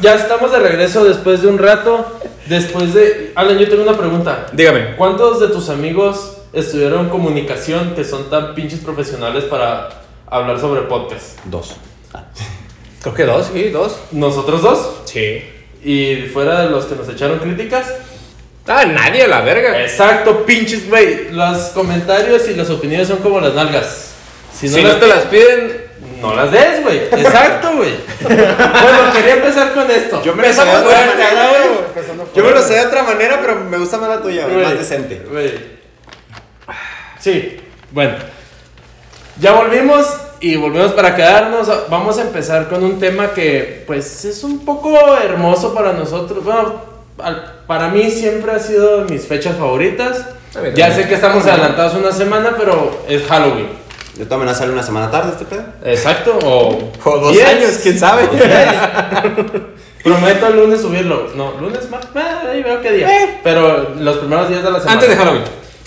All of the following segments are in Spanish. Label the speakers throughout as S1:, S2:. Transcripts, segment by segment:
S1: Ya estamos de regreso después de un rato. Después de. Alan, yo tengo una pregunta.
S2: Dígame.
S1: ¿Cuántos de tus amigos estudiaron comunicación que son tan pinches profesionales para hablar sobre podcast?
S2: Dos.
S3: Ah.
S2: Creo que dos, sí, dos.
S1: Nosotros dos.
S2: Sí.
S1: Y fuera de los que nos echaron críticas.
S2: Ah, nadie a la verga.
S1: Exacto, pinches, güey. Los comentarios y las opiniones son como las nalgas. Si no,
S2: si
S1: las,
S2: no te las piden,
S1: no las des, güey. Exacto, güey. bueno, quería empezar con esto.
S3: Yo me lo sé
S2: Empezamos
S3: de otra
S2: fuerte,
S3: manera,
S2: güey.
S3: güey. Yo me lo sé de otra manera, pero me gusta más la tuya, güey,
S1: Güey,
S3: más decente.
S1: güey. Sí, bueno. Ya volvimos y volvemos para quedarnos. Vamos a empezar con un tema que, pues, es un poco hermoso para nosotros. Bueno, al- para mí siempre ha sido mis fechas favoritas.
S2: A ver,
S1: Ya
S2: también.
S1: sé que estamos adelantados una semana, pero es Halloween.
S3: De todas maneras sale una semana tarde este pedo.
S1: Exacto, o.
S3: O dos
S1: Yes.
S3: años, quién sabe.
S1: Prometo el lunes subirlo. No, lunes más. ah, ahí veo qué día.
S3: Eh.
S1: Pero los primeros días de la semana.
S2: antes de Halloween.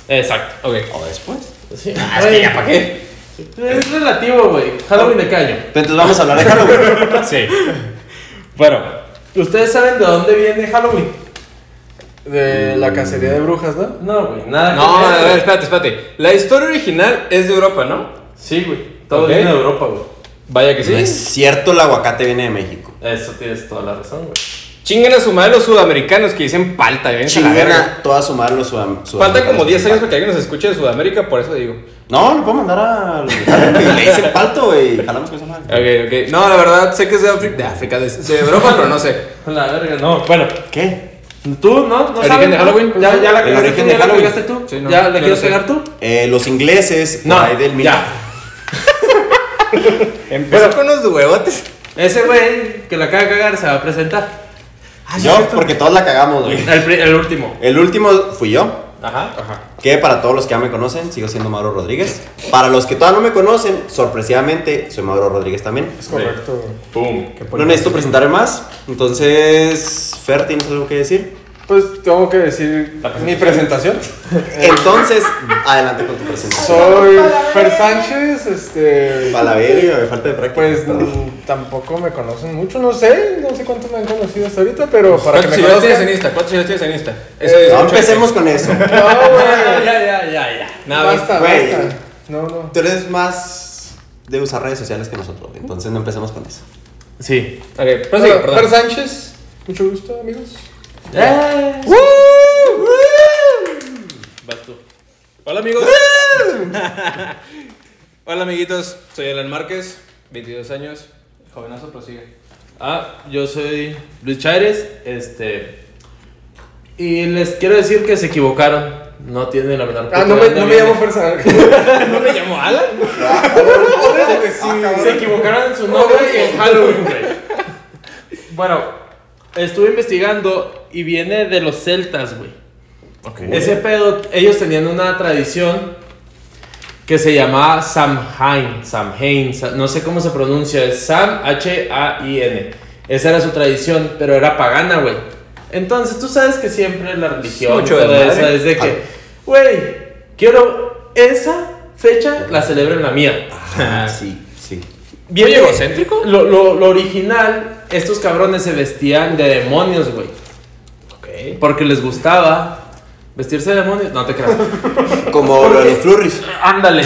S1: Exacto.
S2: Ok.
S3: o después.
S1: Sí.
S2: Ah, es que ya, ¿para qué?
S1: Es relativo, güey. Halloween de caño.
S3: Entonces vamos a hablar de Halloween.
S2: Sí.
S1: Bueno, ustedes saben de dónde viene Halloween.
S4: De la cacería de brujas, ¿no?
S1: No, güey, nada.
S2: No,
S1: que
S2: a
S1: ver,
S2: ver,
S1: güey.
S2: espérate, espérate. La historia original es de Europa, ¿no?
S1: Sí, güey. Todo
S2: Ok.
S1: viene de Europa, güey.
S2: Vaya que
S3: No es
S2: sí.
S3: cierto, el aguacate viene de México.
S1: Eso tienes toda la razón, güey.
S2: Chingan a su madre los sudamericanos que dicen palta, ¿eh?
S3: Chinguen a toda su madre los sudam
S2: Faltan como
S3: sudamericanos.
S2: 10 años para que alguien nos escuche de Sudamérica, por eso digo.
S3: No, lo puedo mandar a los de Halloween. Le dicen palto, güey. Jalamos con esa madre.
S2: Ok, ok. No, la verdad, sé que es de África, de, África, de, de Europa, pero no sé.
S1: La verga, no. Bueno,
S3: ¿Qué?
S1: tú, ¿no? ¿No
S2: ¿El
S1: sabes?
S2: origen de Halloween?
S1: Ya, ya la
S3: ¿El
S1: cagaste tú,
S3: origen de
S1: ya la
S3: Halloween?
S1: cagaste tú.
S2: Sí, no,
S1: ¿Ya la
S2: yo
S1: quieres
S2: no sé.
S1: pegar tú?
S3: Eh, los ingleses, por ahí del mil-
S2: Ah,
S1: ya.
S2: Empezó con unos huevotes.
S1: Ese güey que la acaba de cagar se va a presentar.
S3: Yo, porque todos la cagamos, güey.
S1: El, pri- el último.
S3: El último fui yo.
S1: Ajá.
S3: Que para todos los que ya me conocen, sigo siendo Mauro Rodríguez. Para los que todavía no me conocen, sorpresivamente, soy Mauro Rodríguez también.
S4: Es correcto.
S1: Pum.
S4: güey.
S3: No necesito presentarme más. Entonces, Fer, ¿tienes algo que decir?
S4: Pues tengo que decir mi presentación.
S1: Eh.
S3: Entonces, adelante con tu presentación.
S4: Soy Fer Sánchez, este...
S3: Para la verga, me falta de práctica.
S4: Pues mm, tampoco me conocen mucho, no sé, no sé cuántos me han conocido hasta ahorita, pero para que
S2: ¿Cuántos
S4: me
S2: seguidores tienes en
S4: conozcan...
S2: Insta? ¿Cuántos seguidores tienes en Insta?
S4: Eh,
S3: no
S2: mucho.
S3: empecemos con eso.
S4: No,
S1: Ya,
S4: güey.
S1: ya, ya, ya.
S2: Nada,
S4: basta,
S3: güey.
S4: basta. No, no.
S3: Tú eres más de usar redes sociales que nosotros, entonces no empecemos con eso.
S1: Sí.
S2: Ok, prosigue,
S4: Hola, Fer
S2: perdón.
S4: Sánchez, mucho gusto, amigos.
S1: Eh. Vas tú.
S2: Hola, amigos. Hola, amiguitos. Soy Alan Márquez, 22 años. Jovenazo, prosigue.
S1: Ah, yo soy Luis Chávez, este... Y les quiero decir que se equivocaron. No tienen la menor
S4: Ah, no me,
S1: cultura de
S4: no me
S1: viene.
S4: llamo Fer Sánchez.
S2: ¿No me llamo Alan?
S1: Ah, Se equivocaron en su nombre y en Halloween, güey. Bueno, estuve investigando y viene de los celtas, güey. Ese pedo, ellos tenían una tradición que se llamaba Samhain, Samhain, Sa- no sé cómo se pronuncia, es Sam H A I N. Esa era su tradición, pero era pagana, güey. Entonces, tú sabes que siempre la religión
S2: mucho
S1: toda
S2: desmadre. Ah.
S1: esa es de que, güey, quiero esa fecha la celebro en la mía.
S3: Ah, sí, sí.
S1: Bien
S2: Muy egocéntrico.
S1: Lo, lo- lo original, estos cabrones se vestían de demonios, güey.
S2: Ok.
S1: Porque les gustaba vestirse de demonios. No te creas.
S3: Como lo de los flurries.
S1: Ándale.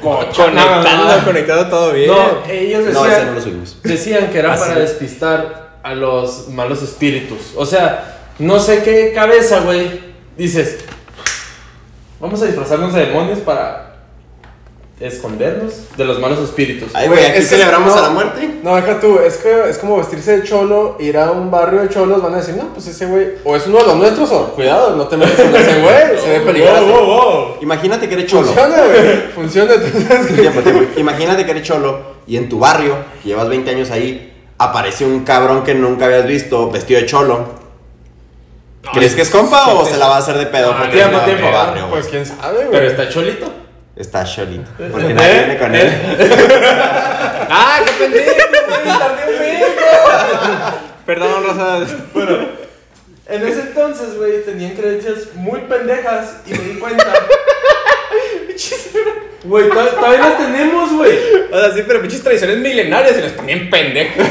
S2: Conectando,
S1: Conectando.
S2: conectado todo bien.
S1: Ah. No, Eh, ellos
S3: No, ese no
S1: decían,
S3: lo subimos. Ah,
S1: decían que era para despistar a los malos espíritus. O sea, no sé qué cabeza, güey. Dices, vamos a disfrazarnos de demonios para escondernos de los malos espíritus.
S3: Ay, güey, aquí
S4: Es que-
S3: celebramos
S4: no.
S3: a la muerte.
S4: No, deja tú, es que es como vestirse de cholo, ir a un barrio de cholos, van a decir, no, pues ese güey, o es uno de los nuestros, o cuidado, no te metas con ese güey, se ve peligroso.
S3: Imagínate que eres cholo.
S4: Funciona, güey, funciona, entonces,
S3: Tiempo, tiempo. Imagínate que eres cholo y en tu barrio, que llevas 20 años ahí, aparece un cabrón que nunca habías visto vestido de cholo. ¿Crees que es compa o se la va a hacer de pedo?
S1: Ah,
S3: porque
S1: tiempo,
S3: es de
S1: tiempo.
S3: barrio, güey?
S4: pues quién sabe,
S1: Pero
S4: güey.
S1: está cholito.
S3: Está cholito. Porque nadie viene con él.
S2: ¡Ah, qué pendejo! güey, tardé un vergo. Perdón, Rosa.
S1: En ese entonces, güey, tenían creencias muy pendejas y me di cuenta Güey, to- todavía las tenemos, güey.
S2: O sea, sí, pero pinches tradiciones milenarias y las ponían pendejos.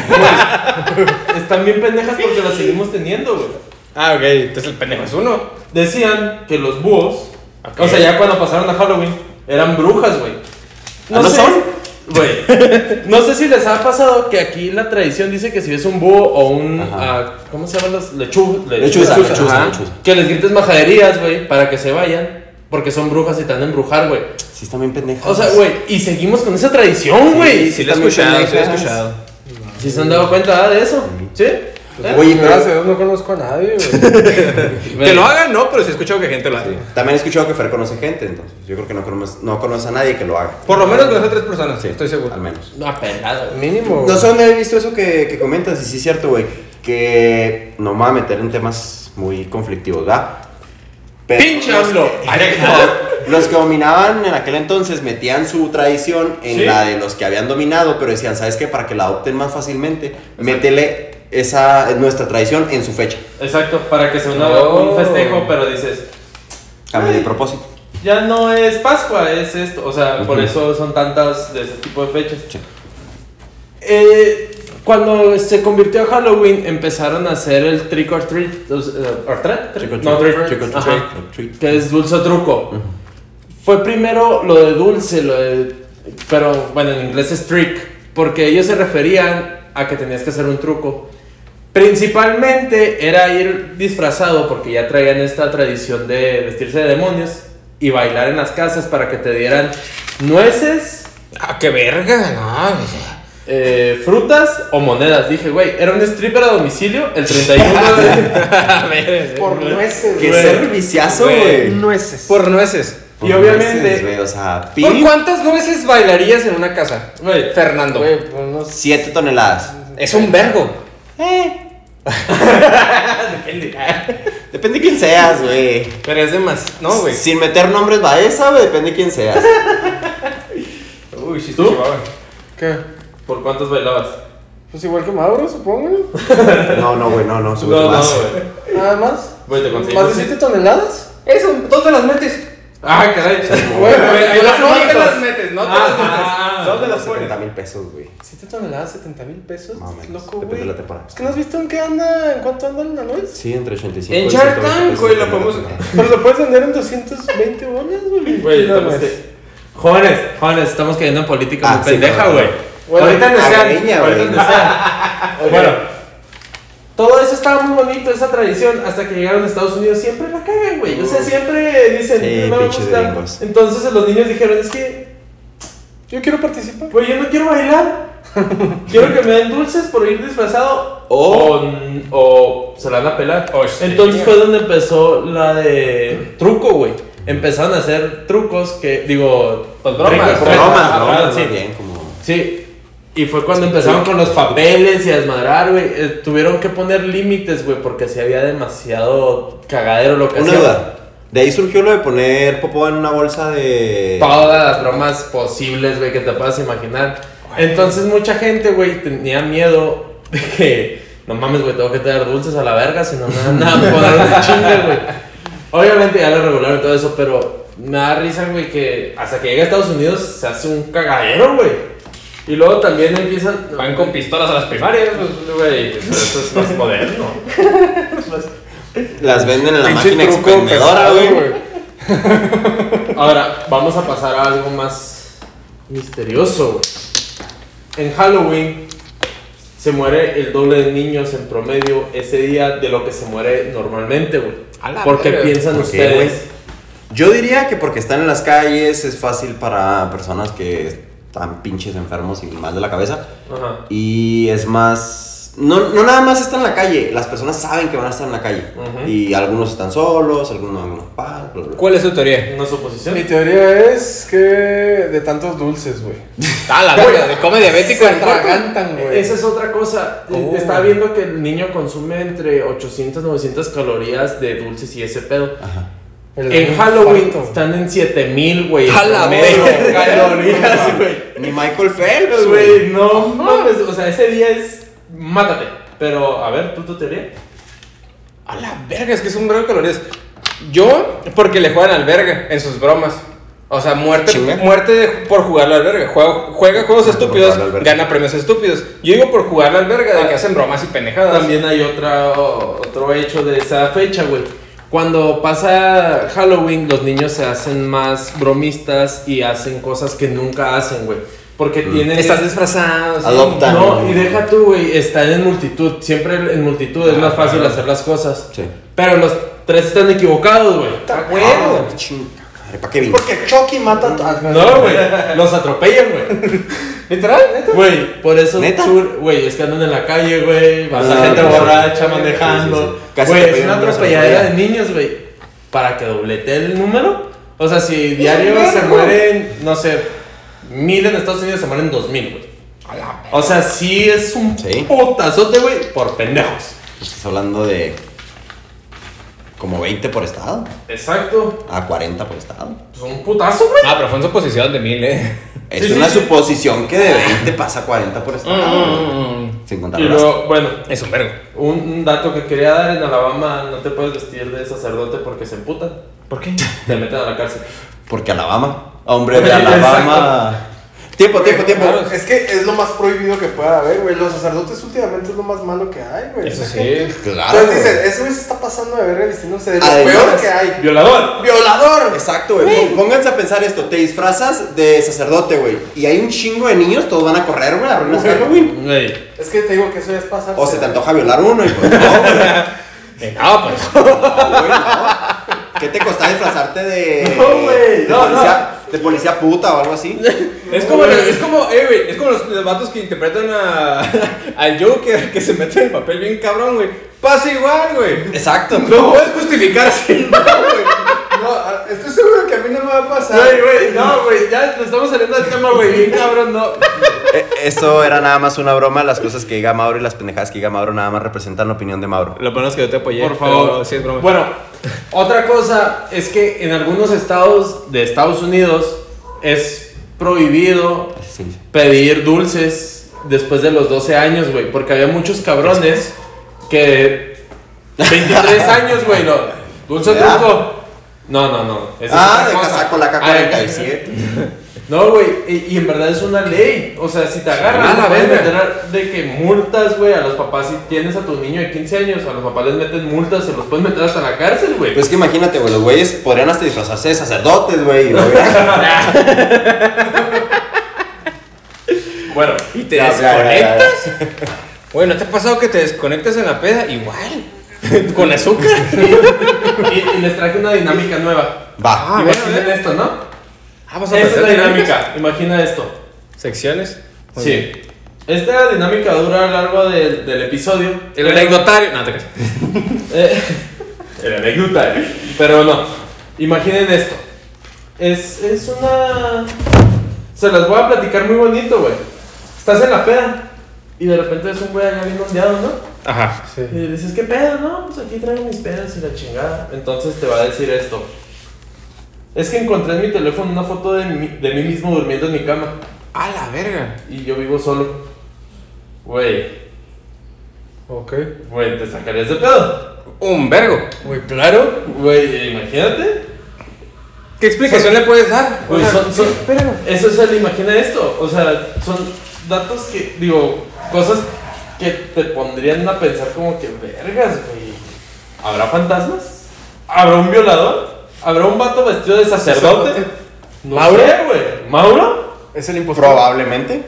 S1: Están bien pendejas porque las seguimos teniendo, güey.
S2: Ah, ok, entonces el pendejo es uno.
S1: Decían que los búhos,
S2: Ok.
S1: o sea, ya cuando pasaron a Halloween, eran brujas, güey.
S3: ¿Ah, no son?
S1: Güey, no sé si les ha pasado que aquí la tradición dice que si ves un búho o un. ah, ¿Cómo se llaman los lechugas?
S3: Lechuza, lechuza,
S1: ajá,
S3: lechuza.
S1: Que les grites majaderías, güey, para que se vayan. Porque son brujas y te han a embrujar, güey.
S3: Sí, están bien pendejas.
S1: O sea, güey, y seguimos con esa tradición, güey. si
S2: Sí, sí lo he
S3: están muy
S2: escuchado, sí lo he
S3: pendejas.
S2: escuchado.
S1: se han dado cuenta ah, de eso, ¿sí?
S3: Oye, pero
S4: eh, Gracias a Dios no conozco a nadie, güey.
S1: Eh,
S2: Que lo hagan, no, pero sí he escuchado que gente lo hace.
S3: también he escuchado que Fer conoce gente, entonces yo creo que no conoce, no conoce a nadie que lo haga.
S2: Por lo menos con esas tres personas, estoy seguro.
S3: Al menos.
S1: No, pelado.
S4: Mínimo.
S3: No sé dónde he visto eso que, que comentas, y sí es cierto, güey. Que no me voy a meter en temas muy conflictivos, ¿verdad? Pero
S1: ¡Pinche
S3: los
S1: AMLO!
S3: que- Los que dominaban en aquel entonces metían su tradición en
S1: Sí.
S3: la de los que habían dominado, pero decían, ¿sabes qué? Para que la adopten más fácilmente, métele esa, nuestra tradición en su fecha.
S1: Exacto, para que sea una-
S2: Oh.
S1: un festejo, pero dices,
S3: Cambio de
S1: Ay.
S3: propósito.
S1: ya no es Pascua, es esto. O sea, por eso son tantas de ese tipo de fechas.
S3: Sí.
S1: Eh, cuando se convirtió a Halloween, empezaron a hacer el trick or treat. o sea, ¿Or treat? No, trick.
S3: Trick or
S1: Ajá.
S3: treat.
S1: Que es dulce o truco. Fue primero lo de dulce, lo de. Pero bueno, en inglés es trick. Porque ellos se referían a que tenías que hacer un truco. Principalmente era ir disfrazado porque ya traían esta tradición de vestirse de demonios y bailar en las casas para que te dieran nueces,
S2: Ah, qué verga, no. o sea.
S1: eh, frutas o monedas. Dije, güey, era un stripper a domicilio el 31 de...
S2: A ver,
S4: Por nueces,
S3: ¡Qué
S4: güey.
S3: serviciazo,
S2: Güey.
S3: güey!
S4: Nueces.
S2: Por nueces.
S1: Y obviamente-
S3: Meses, güey, o sea,
S2: ¿Por
S3: pip,
S2: cuántas nueces bailarías en una casa?
S1: Güey,
S2: Fernando.
S4: Güey, pues, por unos.
S3: 7 toneladas.
S2: Es un vergo. Eh.
S3: Depende de quién seas, güey.
S2: Pero es de más. No, güey.
S3: Sin meter nombres va esa, güey, depende de quién seas.
S2: Uy, sí,
S1: ¿Tú?
S4: ¿Qué?
S1: ¿por cuántos bailabas?
S4: Pues igual que Mauro, supongo.
S3: No, no, güey, no, no, sube
S1: No, no,
S3: más.
S1: güey.
S4: Nada más.
S1: Güey, te conseguimos.
S4: ¿Más de 7 toneladas?
S2: Eso, dos me las metes.
S1: Ah, caray.
S4: Güey, Ah,
S1: ahí
S4: yo
S1: las
S2: No
S4: las
S1: notas.
S2: Ah. te las metes, no te las metes. Solo te las pones.
S3: 70 mil pesos, güey.
S4: 7 toneladas, 70 mil pesos.
S3: Más o menos,
S4: Loco,
S3: depende
S4: güey.
S3: de la temporada.
S4: Es que no has visto en qué anda, en cuánto anda la nuez.
S3: Sí, entre 85
S2: En
S3: y
S2: Shark
S3: 120
S2: Tank,
S3: pesos,
S2: güey, lo
S3: depende de
S2: podemos-
S3: temporada.
S4: Pero lo puedes vender en 220 bolas, güey.
S1: Güey,
S4: Nada
S1: estamos
S4: más.
S1: que- Jóvenes, jóvenes, estamos cayendo en política
S3: Ah,
S1: muy
S3: sí,
S1: pendeja,
S3: claro,
S1: güey.
S3: claro.
S4: Bueno,
S1: ahorita no sean,
S3: cariña,
S1: ahorita
S3: güey.
S1: no sean.
S4: Ok.
S1: Bueno, todo eso estaba muy bonito, esa tradición, hasta que llegaron a Estados Unidos, siempre la cagan, güey. O sea, siempre dicen,
S3: Sí,
S1: no me
S3: pinches
S1: gusta.
S3: gringos.
S1: Entonces los niños dijeron, es que,
S4: Yo quiero participar.
S1: güey, Pues yo no quiero bailar. Quiero que me den dulces por ir disfrazado.
S3: O-
S1: O, o se la van a pelar.
S2: O sí.
S1: Entonces fue donde empezó la de truco, güey. Empezaron a hacer trucos que, digo,
S2: Pues bromas,
S1: ricos,
S2: bromas,
S1: ah,
S3: Bromas, ¿no?
S1: ah,
S3: Más
S1: sí.
S3: bien, como...
S1: Sí. Y fue cuando empezaron con los papeles y a desmadrar, güey. Eh, tuvieron que poner límites, güey, porque si había demasiado cagadero lo que
S3: Una
S1: hacían.
S3: duda. De ahí surgió lo de poner popó en una bolsa de...
S1: Todas las bromas posibles, güey, que te puedas imaginar. Entonces mucha gente, güey, tenía miedo de que, no mames, güey, tengo que tener dulces a la verga, si no me dan nada, me van a dar una chinga, güey. Obviamente ya lo regularon y todo eso, pero me da risa, güey, que hasta que llega a Estados Unidos se hace un cagadero, güey. Y luego también empiezan...
S2: Van con pistolas a las primarias, pues, güey. Eso es más moderno.
S3: Las venden en la
S4: Pinche
S3: máquina
S4: truco
S3: expendedora,
S4: pesado,
S3: güey.
S1: Ahora, vamos a pasar a algo más misterioso, güey. En Halloween se muere el doble de niños en promedio ese día de lo que se muere normalmente, güey.
S2: A la
S1: ¿Por qué
S2: verga.
S1: piensan
S3: ¿Por qué,
S1: ustedes?
S3: Yo diría que porque están en las calles es fácil para personas que están pinches enfermos y mal de la cabeza.
S1: Ajá.
S3: Y es más. No, no nada más está en la calle, las personas saben que van a estar en la calle.
S1: Ujú.
S3: Y algunos están solos, algunos van con los padres, bla, bla, bla.
S2: ¿Cuál es tu teoría?
S1: Una
S4: Mi
S1: suposición.
S4: teoría es que de tantos dulces, güey.
S2: Ah, la verga, de come diabético
S4: Se
S2: en cuerpo.
S4: atragantan, güey.
S1: Esa es otra cosa.
S2: Oh.
S1: Está viendo que el niño consume entre 800 900 calorías de dulces y ese pedo.
S4: El
S1: En Halloween
S4: infarto.
S1: están en 7000, güey.
S2: A la
S1: promedio,
S2: verga.
S1: Calorías, güey.
S3: Ni Michael Phelps, güey.
S1: Pues, Güey, no mames, o sea, ese día es mátate. Pero, a ver, ¿tú tu teoría?
S2: A la verga, es que es un vergo de calorías. Yo, porque le juegan al verga en sus bromas. O sea, muerte,
S3: Chinga.
S2: muerte de- por jugarlo al verga. Juega, juega juegos
S3: Por
S2: estúpidos,
S3: jugarlo al verga.
S2: gana premios estúpidos. Yo digo por jugarlo al verga, de que hacen bromas y pendejadas.
S1: También hay otra, otro hecho de esa fecha, güey. Cuando pasa Halloween, los niños se hacen más bromistas y hacen cosas que nunca hacen, güey. Porque
S3: Mm.
S1: tienen...
S2: Estás disfrazado. sí.
S3: Adopta.
S1: No, y deja tú, güey, están en multitud. Siempre en multitud es más fácil hacer las cosas.
S3: Ah, Sí.
S1: Pero los tres están equivocados, güey.
S2: Ah, huevo.
S3: Chinga, madre, ¿para qué vino?
S4: Porque Chucky mata a todos.
S1: No, güey, los atropellan, güey.
S2: Literal, neta.
S1: Güey, por eso
S3: ¿Neta?
S1: sur, güey, es que andan en la calle, güey, vas
S3: Ah,
S1: a gente
S3: sí, sí.
S1: borracha
S3: Sí, sí,
S1: manejando.
S3: sí. Casi
S1: Güey,
S3: te
S1: es una
S3: pegan,
S1: atropelladera de
S3: atropellan.
S1: niños, güey. Para que doblete el número. O sea, si diario
S2: un
S1: se
S2: vergo.
S1: mueren, no sé, mil en Estados Unidos se mueren dos mil, güey.
S2: A la
S1: O sea, sí es un
S3: Sí.
S1: putazote, güey, por pendejos.
S3: Pues Estás hablando de. Como 20 por estado,
S1: Exacto.
S3: a 40 por estado.
S1: Pues un putazo, güey.
S2: Ah, pero fue en su posición de mil, eh.
S3: Es
S1: Sí,
S3: una
S1: sí, sí.
S3: suposición que de 20 pasa a 40
S2: Mm,
S3: por estado. Sin contar
S1: Y
S3: las-
S1: luego, bueno,
S2: Es un vergo.
S1: un, un dato que quería dar en Alabama, no te puedes vestir de sacerdote porque se emputan.
S2: ¿Por qué?
S1: Te meten a la cárcel.
S3: Porque Alabama. Hombre de
S1: Exacto.
S3: Alabama. Tiempo, tiempo, tiempo.
S4: Es que es lo más prohibido que pueda haber, güey. Los sacerdotes últimamente es lo más malo que hay, güey.
S2: Eso
S4: Esa
S2: sí.
S4: gente-
S3: Claro.
S4: Entonces dicen, ese güey se está pasando de verga vistiéndose de lo
S3: Ah, Además-
S4: peor que hay.
S1: Violador.
S4: ¡Violador!
S3: Exacto, güey. Pon- Pónganse a pensar esto. Te disfrazas de sacerdote, güey. Y hay un chingo de niños, todos van a correr, güey, a reunirse a Halloween.
S1: Güey.
S4: Es que te digo que eso ya es pasarse.
S3: O se te antoja violar uno y pues no, güey.
S2: De nada, pues.
S3: No, güey, no. ¿Qué te costaba disfrazarte de.
S1: No, güey,
S3: de
S1: no,
S3: policía, de policía puta o algo así?
S2: Es como, es como, eh, güey, es como los, los vatos que interpretan a, al Joker que se mete en el papel bien cabrón, güey. Pasa igual, güey.
S3: Exacto.
S2: No puedes justificarse.
S4: No, ah, estoy seguro que a mí no me va a pasar.
S1: Güey, güey, no, güey, ya nos estamos saliendo del tema, güey, bien cabrón, no.
S3: Eh, Esto era nada más una broma. Las cosas que diga Mauro y las pendejadas que diga Mauro nada más representan la opinión de Mauro.
S2: Lo bueno es que yo te apoyé.
S1: Por favor.
S2: Sí, es broma.
S1: Bueno, otra cosa es que en algunos estados de Estados Unidos es prohibido
S3: Sí.
S1: pedir dulces después de los 12 años, güey, porque había muchos cabrones que 23 años, güey, no. Dulce
S3: Ya.
S1: truco. No, no, no. esa es
S3: Ah,
S1: otra
S3: de
S1: cosa. Ah,
S3: casaco la
S1: Ay,
S3: K47.
S1: No, güey, y, y en verdad es una ley. O sea, si te
S2: a
S1: agarran,
S2: la
S1: te pueden
S2: verga.
S1: meter a- de que multas, güey, a los papás. Si tienes a tu niño de 15 años, a los papás les meten multas, se los pueden meter hasta la cárcel, güey.
S3: Pues que imagínate, güey, los güeyes podrían hasta disfrazarse de sacerdotes, güey. y luego-
S1: bueno,
S2: ¿Y te
S3: Ya, ya, ya, ya.
S2: desconectas? Güey, ¿no te ha pasado que te desconectas en la peda? Igual. Con azúcar.
S1: y, y les traje una dinámica nueva.
S3: Va.
S2: Ah,
S1: Imaginen
S2: bueno, eh.
S1: esto, ¿no?
S2: Ah, vas
S1: Esta es la
S2: hacer
S1: dinámica. Imagina esto.
S2: Secciones. Muy bien.
S1: Sí. Esta dinámica dura a lo largo del, del episodio.
S2: El
S1: Pero-
S2: anecdotario. No, te creas.
S1: Eh, Era anécdota, ¿eh? Pero no. Imaginen esto. Es, es una. Se las voy a platicar muy bonito, güey. Estás en la peda. Y de repente es un güey allá bien ondeado, ¿no?
S2: Ajá.
S1: Y le dices, ¿qué pedo? No, pues aquí traigo mis pedas y la chingada. Entonces te va a decir esto. Es que encontré en mi teléfono una foto de mí, de mí mismo durmiendo en mi cama.
S2: A la verga.
S1: Y yo vivo solo. Güey,
S4: Ok.
S1: güey, te sacarías de pedo.
S2: Un vergo.
S4: Muy claro.
S1: Güey, imagínate.
S2: ¿Qué explicación le puedes dar?
S1: Güey,
S2: O sea,
S1: son- son- eso es el imagina esto. O sea, son datos que, digo, cosas que te pondrían a pensar como que, vergas, güey. ¿Habrá fantasmas? ¿Habrá un violador? ¿Habrá un vato vestido de sacerdote?
S4: Sacerdote.
S1: No
S4: ¿Mauro?
S1: sé, güey. ¿Mauro?
S4: Es el impostor.
S3: Probablemente.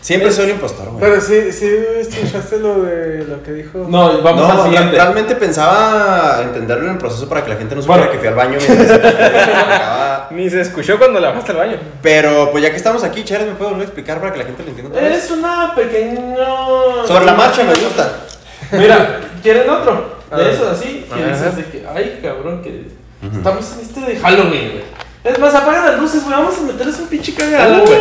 S3: Siempre soy un impostor, güey.
S4: Pero sí, sí, escuchaste lo de lo que dijo.
S1: No, vamos
S3: no,
S1: al
S3: re-
S1: siguiente.
S3: realmente pensaba entenderlo en el proceso para que la gente no
S1: Bueno.
S3: supiera que fui al baño mientras acababa.
S2: Ni se escuchó cuando la bajaste al baño.
S3: Pero pues ya que estamos aquí, Charles, ¿me puedo volver a explicar para que la gente lo entienda otra vez?
S1: Es una pequeña...
S3: Sobre la marcha me gusta.
S1: Mira, ¿quieren otro?
S4: A
S1: De
S4: ver.
S1: esos así, que
S2: A ver.
S1: dices de que, ay cabrón, que estamos en este de Halloween, güey. Es más, apaga las luces, güey, vamos a meterles un pinche cagadón, güey.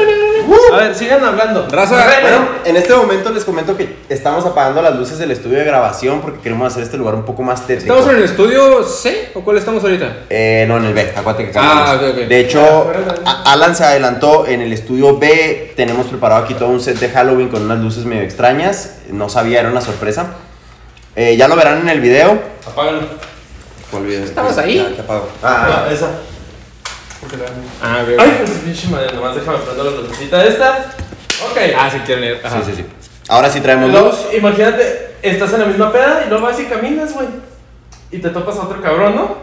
S1: A ver, sigan hablando.
S2: Raza,
S1: Bueno,
S3: Bueno, en este momento les comento que estamos apagando las luces del estudio de grabación porque queremos hacer este lugar un poco más tétrico.
S2: ¿Estamos en el estudio C o cuál estamos ahorita?
S3: Eh, no, en el B, acuérdate que acabamos.
S2: Ah, ok, ok.
S3: De hecho, a- Alan se adelantó en el estudio B. Tenemos preparado aquí todo un set de Halloween con unas luces medio extrañas. No sabía, era una sorpresa. Eh, ya lo verán en el video.
S1: Apágalo.
S3: ¿Cuál video?
S2: Estamos ahí.
S3: Ya, ¿qué apago?
S1: Ah,
S3: Ah,
S1: esa.
S4: Porque la dan.
S2: Ah, güey.
S1: Ay, pues pinche madre, nomás déjame prender la lucecita esta. Ok.
S2: Ah, si quieren leer. Ajá.
S3: Sí, sí, sí. Ahora sí traemos
S1: Luego,
S3: luz.
S1: imagínate, estás en la misma peda y luego vas y caminas, güey. Y te topas a otro cabrón, ¿no?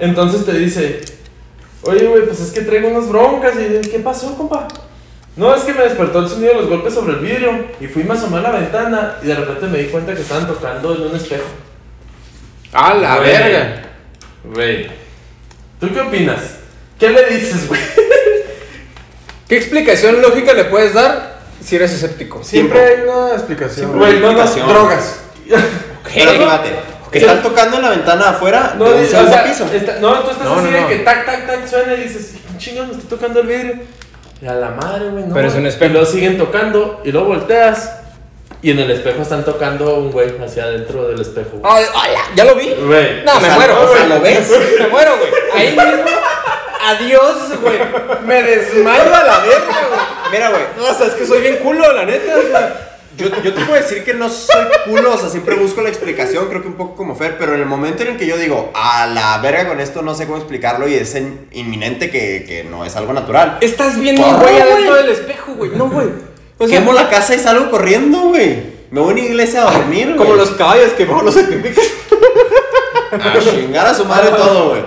S1: Entonces te dice, oye, güey, pues es que traigo unas broncas. Y dice, ¿qué pasó, compa? No, es que me despertó el sonido de los golpes sobre el vidrio. Y fui más asomar a la ventana y de repente me di cuenta que estaban tocando en un espejo.
S2: A la
S1: Güey.
S2: verga.
S1: Güey. ¿Tú qué opinas? ¿Qué le dices, güey?
S2: ¿Qué explicación lógica le puedes dar si eres escéptico?
S4: Siempre hay una explicación.
S1: Güey, no, no,
S3: Explicación.
S4: Drogas.
S3: Pero fíjate, que están tocando en la ventana afuera
S1: No,
S3: de un
S1: dice, o
S3: segundo
S1: sea,
S3: piso.
S1: está- no, tú estás
S2: No,
S1: así
S2: no,
S1: de
S2: no.
S1: que tac, tac, tac suena y dices, chingón, me está tocando el vidrio. Y a la madre, güey, no.
S2: Pero es un espejo.
S1: Y luego siguen tocando y luego volteas. Y en el espejo están tocando un güey hacia adentro del espejo. güey.
S2: Ay, ay, Ah, ¿Ya lo vi?
S1: Güey.
S2: No,
S3: O
S2: me
S3: sea,
S2: muero.
S3: o sea,
S2: güey.
S3: ¿lo ves?
S2: Me muero, güey. Ahí mismo. Adiós, güey. Me desmayo a la verga, güey.
S3: Mira, güey,
S2: No, o sea, es que soy bien culo, la neta. O sea,
S3: yo, yo te puedo decir que no soy culo, o sea, siempre busco la explicación, creo que un poco como Fer, pero en el momento en el que yo digo, a la verga con esto, no sé cómo explicarlo y es en- inminente que, que no es algo natural.
S2: estás viendo un
S3: No,
S2: güey
S3: güey.
S2: adentro del espejo, güey. No, güey. O sea,
S3: Quemo la casa y salgo corriendo, güey. Me voy a una iglesia a dormir, güey.
S2: como los caballos que vamos los sacrifican.
S3: A chingar a su madre todo, güey.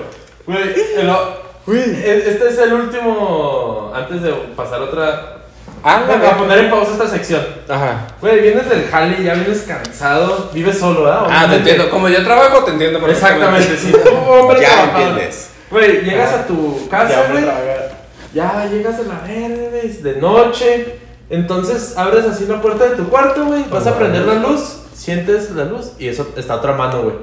S1: Güey, el o- e- este es el último. Antes de pasar a otra.
S2: Ah, la
S1: Voy a
S2: verga.
S1: poner en pausa esta sección.
S2: Ajá.
S1: Güey, vienes del jale, ya vienes cansado, vives solo, ¿verdad?
S2: Ah, te
S1: Obviamente.
S2: entiendo. Como yo trabajo, te entiendo. perfectamente.
S1: Exactamente, sí. Tú, hombre,
S3: Ya
S1: trabajador.
S3: entiendes.
S1: Güey, llegas a tu casa,
S4: Ya,
S1: güey.
S4: tragar.
S1: Ya llegas a la verga, güey, es de noche. Entonces abres así la puerta de tu cuarto, güey. Vas a prender la luz, sientes la luz y eso está otra mano, güey.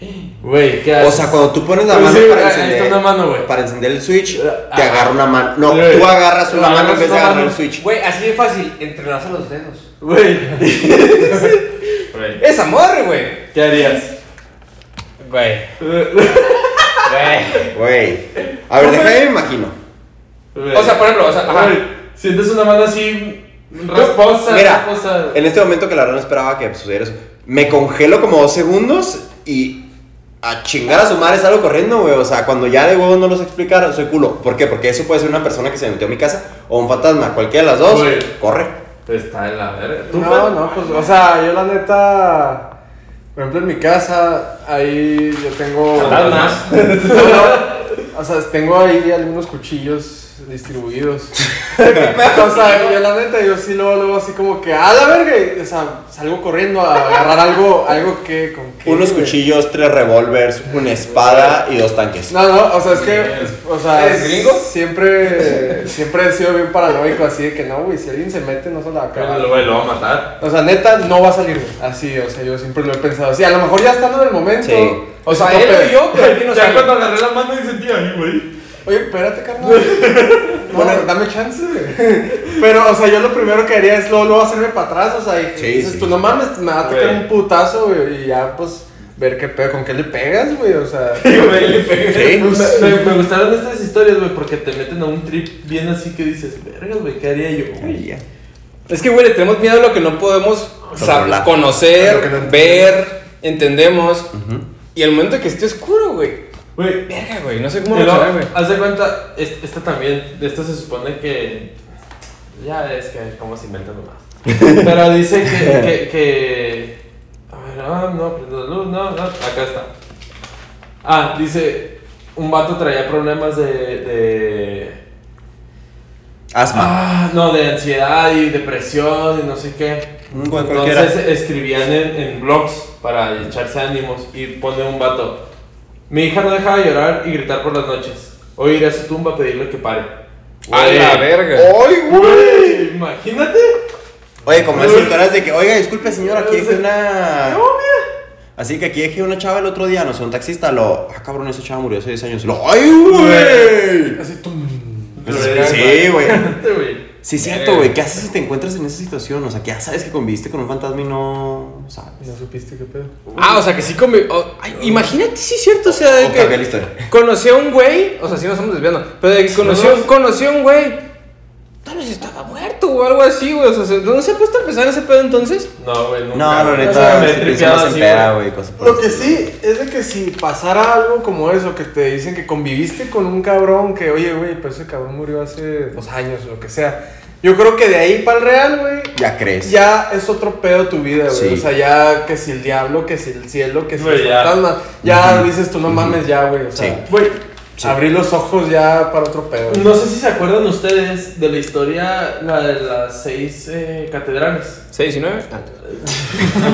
S1: Güey, ¿qué haces?
S3: O sea, cuando tú pones la
S1: Pues
S3: mano
S1: sí,
S3: para
S1: ahí está
S3: encender,
S1: una mano, güey.
S3: para encender el switch, te
S1: Ah.
S3: agarra una mano. No,
S1: Güey.
S3: tú agarras
S1: Agarras
S3: una mano en vez de
S1: una
S3: agarrar
S1: mano.
S3: el switch.
S5: Güey, así de fácil, entrelaza los dedos.
S1: Güey,
S2: Es amor, güey.
S1: ¿qué harías?
S2: Güey.
S3: Güey. A ver, déjame me imagino.
S1: Güey.
S2: O sea, por ejemplo, o sea, ajá.
S1: Güey, sientes una mano así rasposa,
S3: Mira,
S1: rasposa.
S3: en este momento que la verdad no esperaba que sucediera eso, me congelo como dos segundos y a chingar a su madre salgo corriendo, güey. O sea, cuando ya de huevos no los explicar, soy culo. ¿Por qué? Porque eso puede ser una persona que se metió a mi casa o un fantasma. Cualquiera de las dos,
S1: Güey.
S3: corre.
S1: Está en la verga. ¿Tú,
S4: No,
S1: Juan?
S4: no, pues, o sea, yo la neta. Por ejemplo, en mi casa, ahí yo tengo.
S2: Fantasmas.
S4: O sea, tengo ahí algunos cuchillos distribuidos. o sea, yo la neta, yo sí luego, luego así como que, a la verga, y, o sea, salgo corriendo a agarrar algo, algo que, con qué,
S3: Unos
S4: güey.
S3: cuchillos, tres revólveres, una espada y dos tanques.
S4: No, no, o sea, es que, o sea,
S2: ¿Eres gringo?
S4: siempre, siempre he sido bien paranoico, así de que no, güey, si alguien se mete, no se la acaba.
S1: Lo, güey, lo va a matar.
S4: O sea, neta, no va a salir, güey. así, o sea, yo siempre lo he pensado así, a lo mejor ya estando en el momento.
S3: Sí.
S2: O sea,
S4: no,
S2: él
S4: pero-
S2: lo vio, pero aquí no
S1: Ya
S2: sabe.
S1: cuando agarré la mano y sentí ahí, güey.
S4: Oye, espérate, carnal. No, bueno, dame chance, güey. Pero, o sea, yo lo primero que haría es luego, luego hacerme para atrás, o sea, y
S3: Sí,
S4: dices
S3: sí.
S4: tú, no mames, pues me va a tocar
S1: Güey.
S4: un putazo, güey, y ya, pues, ver qué pedo, con qué le pegas, güey, o sea.
S1: Me, me- me gustaron estas historias, güey, porque te meten a un trip bien así que dices, vergas, güey, ¿qué haría yo? güey?"
S2: Es que, güey, le tenemos miedo a lo que no podemos sab-
S3: Controlar.
S4: A lo que
S2: conocer,
S4: no entendemos.
S2: ver, entendemos. Y el momento que esté oscuro, güey.
S1: Güey,
S2: Verga, güey, no sé
S1: y
S2: cómo
S1: luego,
S2: reaccionar, güey.
S1: haz de cuenta, es- esta también, esta se supone que. Ya es que, ¿cómo se inventan nomás? Pero dice que. que, que a ver, ah, no, prendo la luz, no, no, acá está. Ah, dice, un vato traía problemas de. de
S3: Asma.
S1: Ah, no, de ansiedad y depresión y no sé qué.
S3: Mm, cual- cualquiera.
S1: Entonces escribían en, en blogs para echarse ánimos y pone un vato. Mi hija no dejaba de llorar y gritar por las noches. Hoy iré a su tumba a pedirle que pare.
S2: A
S1: Güey,
S2: la
S4: Oh.
S2: verga.
S3: ¡Ay,
S1: güey, imagínate.
S3: Oye, como esas
S1: Güey.
S3: historias de que, oiga, disculpe señor, aquí dejé una.
S1: No, mira.
S3: Así que aquí dejé una chava el otro día, no sé, un taxista, lo. Ah, cabrón, esa chava murió hace 10 años. Y Lo, ¡Ay, güey!
S4: Así, tum.
S3: Pues, Sí, güey.
S1: Imagínate, Este güey.
S3: Sí, es cierto, güey. ¿Qué haces si te encuentras en esa situación? O sea, que ya sabes que conviviste con un fantasma y no
S4: Y
S3: sabes.
S4: no supiste qué pedo.
S2: Ah, o sea, que sí come. oh, ay, imagínate, sí, es cierto. O sea, de
S3: O cambiar la
S2: que
S3: historia.
S2: conocí a un güey. O sea, sí nos estamos desviando. Pero de que conocí, a un- conocí a un güey. Tal vez estaba muerto, recto o algo así, güey. O sea, se- ¿no pues, se ha puesto a pensar en ese pedo entonces?
S1: No, güey, nunca.
S3: No, no,
S1: güey.
S3: neta,
S1: O sea, me he
S3: si
S1: tripeado
S3: pensamos en
S1: así,
S3: peda,
S1: güey.
S3: güey, cosas por
S4: Lo
S3: el
S4: que
S3: estilo.
S4: sí es de que si pasara algo como eso, que te dicen que conviviste con un cabrón, que oye, güey, pero ese cabrón murió hace dos años, lo que sea. Yo creo que de ahí para el real, güey,
S3: Ya crees.
S4: ya es otro pedo tu vida, güey.
S3: Sí.
S4: O sea, ya que si el diablo, que si el cielo, que si
S1: Güey,
S4: el
S1: ya.
S4: fantasma. Ya dices tú, no mames, ya, güey. O sea,
S1: Güey,
S3: Sí.
S4: abrir los ojos ya para otro pedo. güey.
S1: no sé si se acuerdan ustedes de la historia, la de las seis eh, catedrales.
S2: 6 y 9.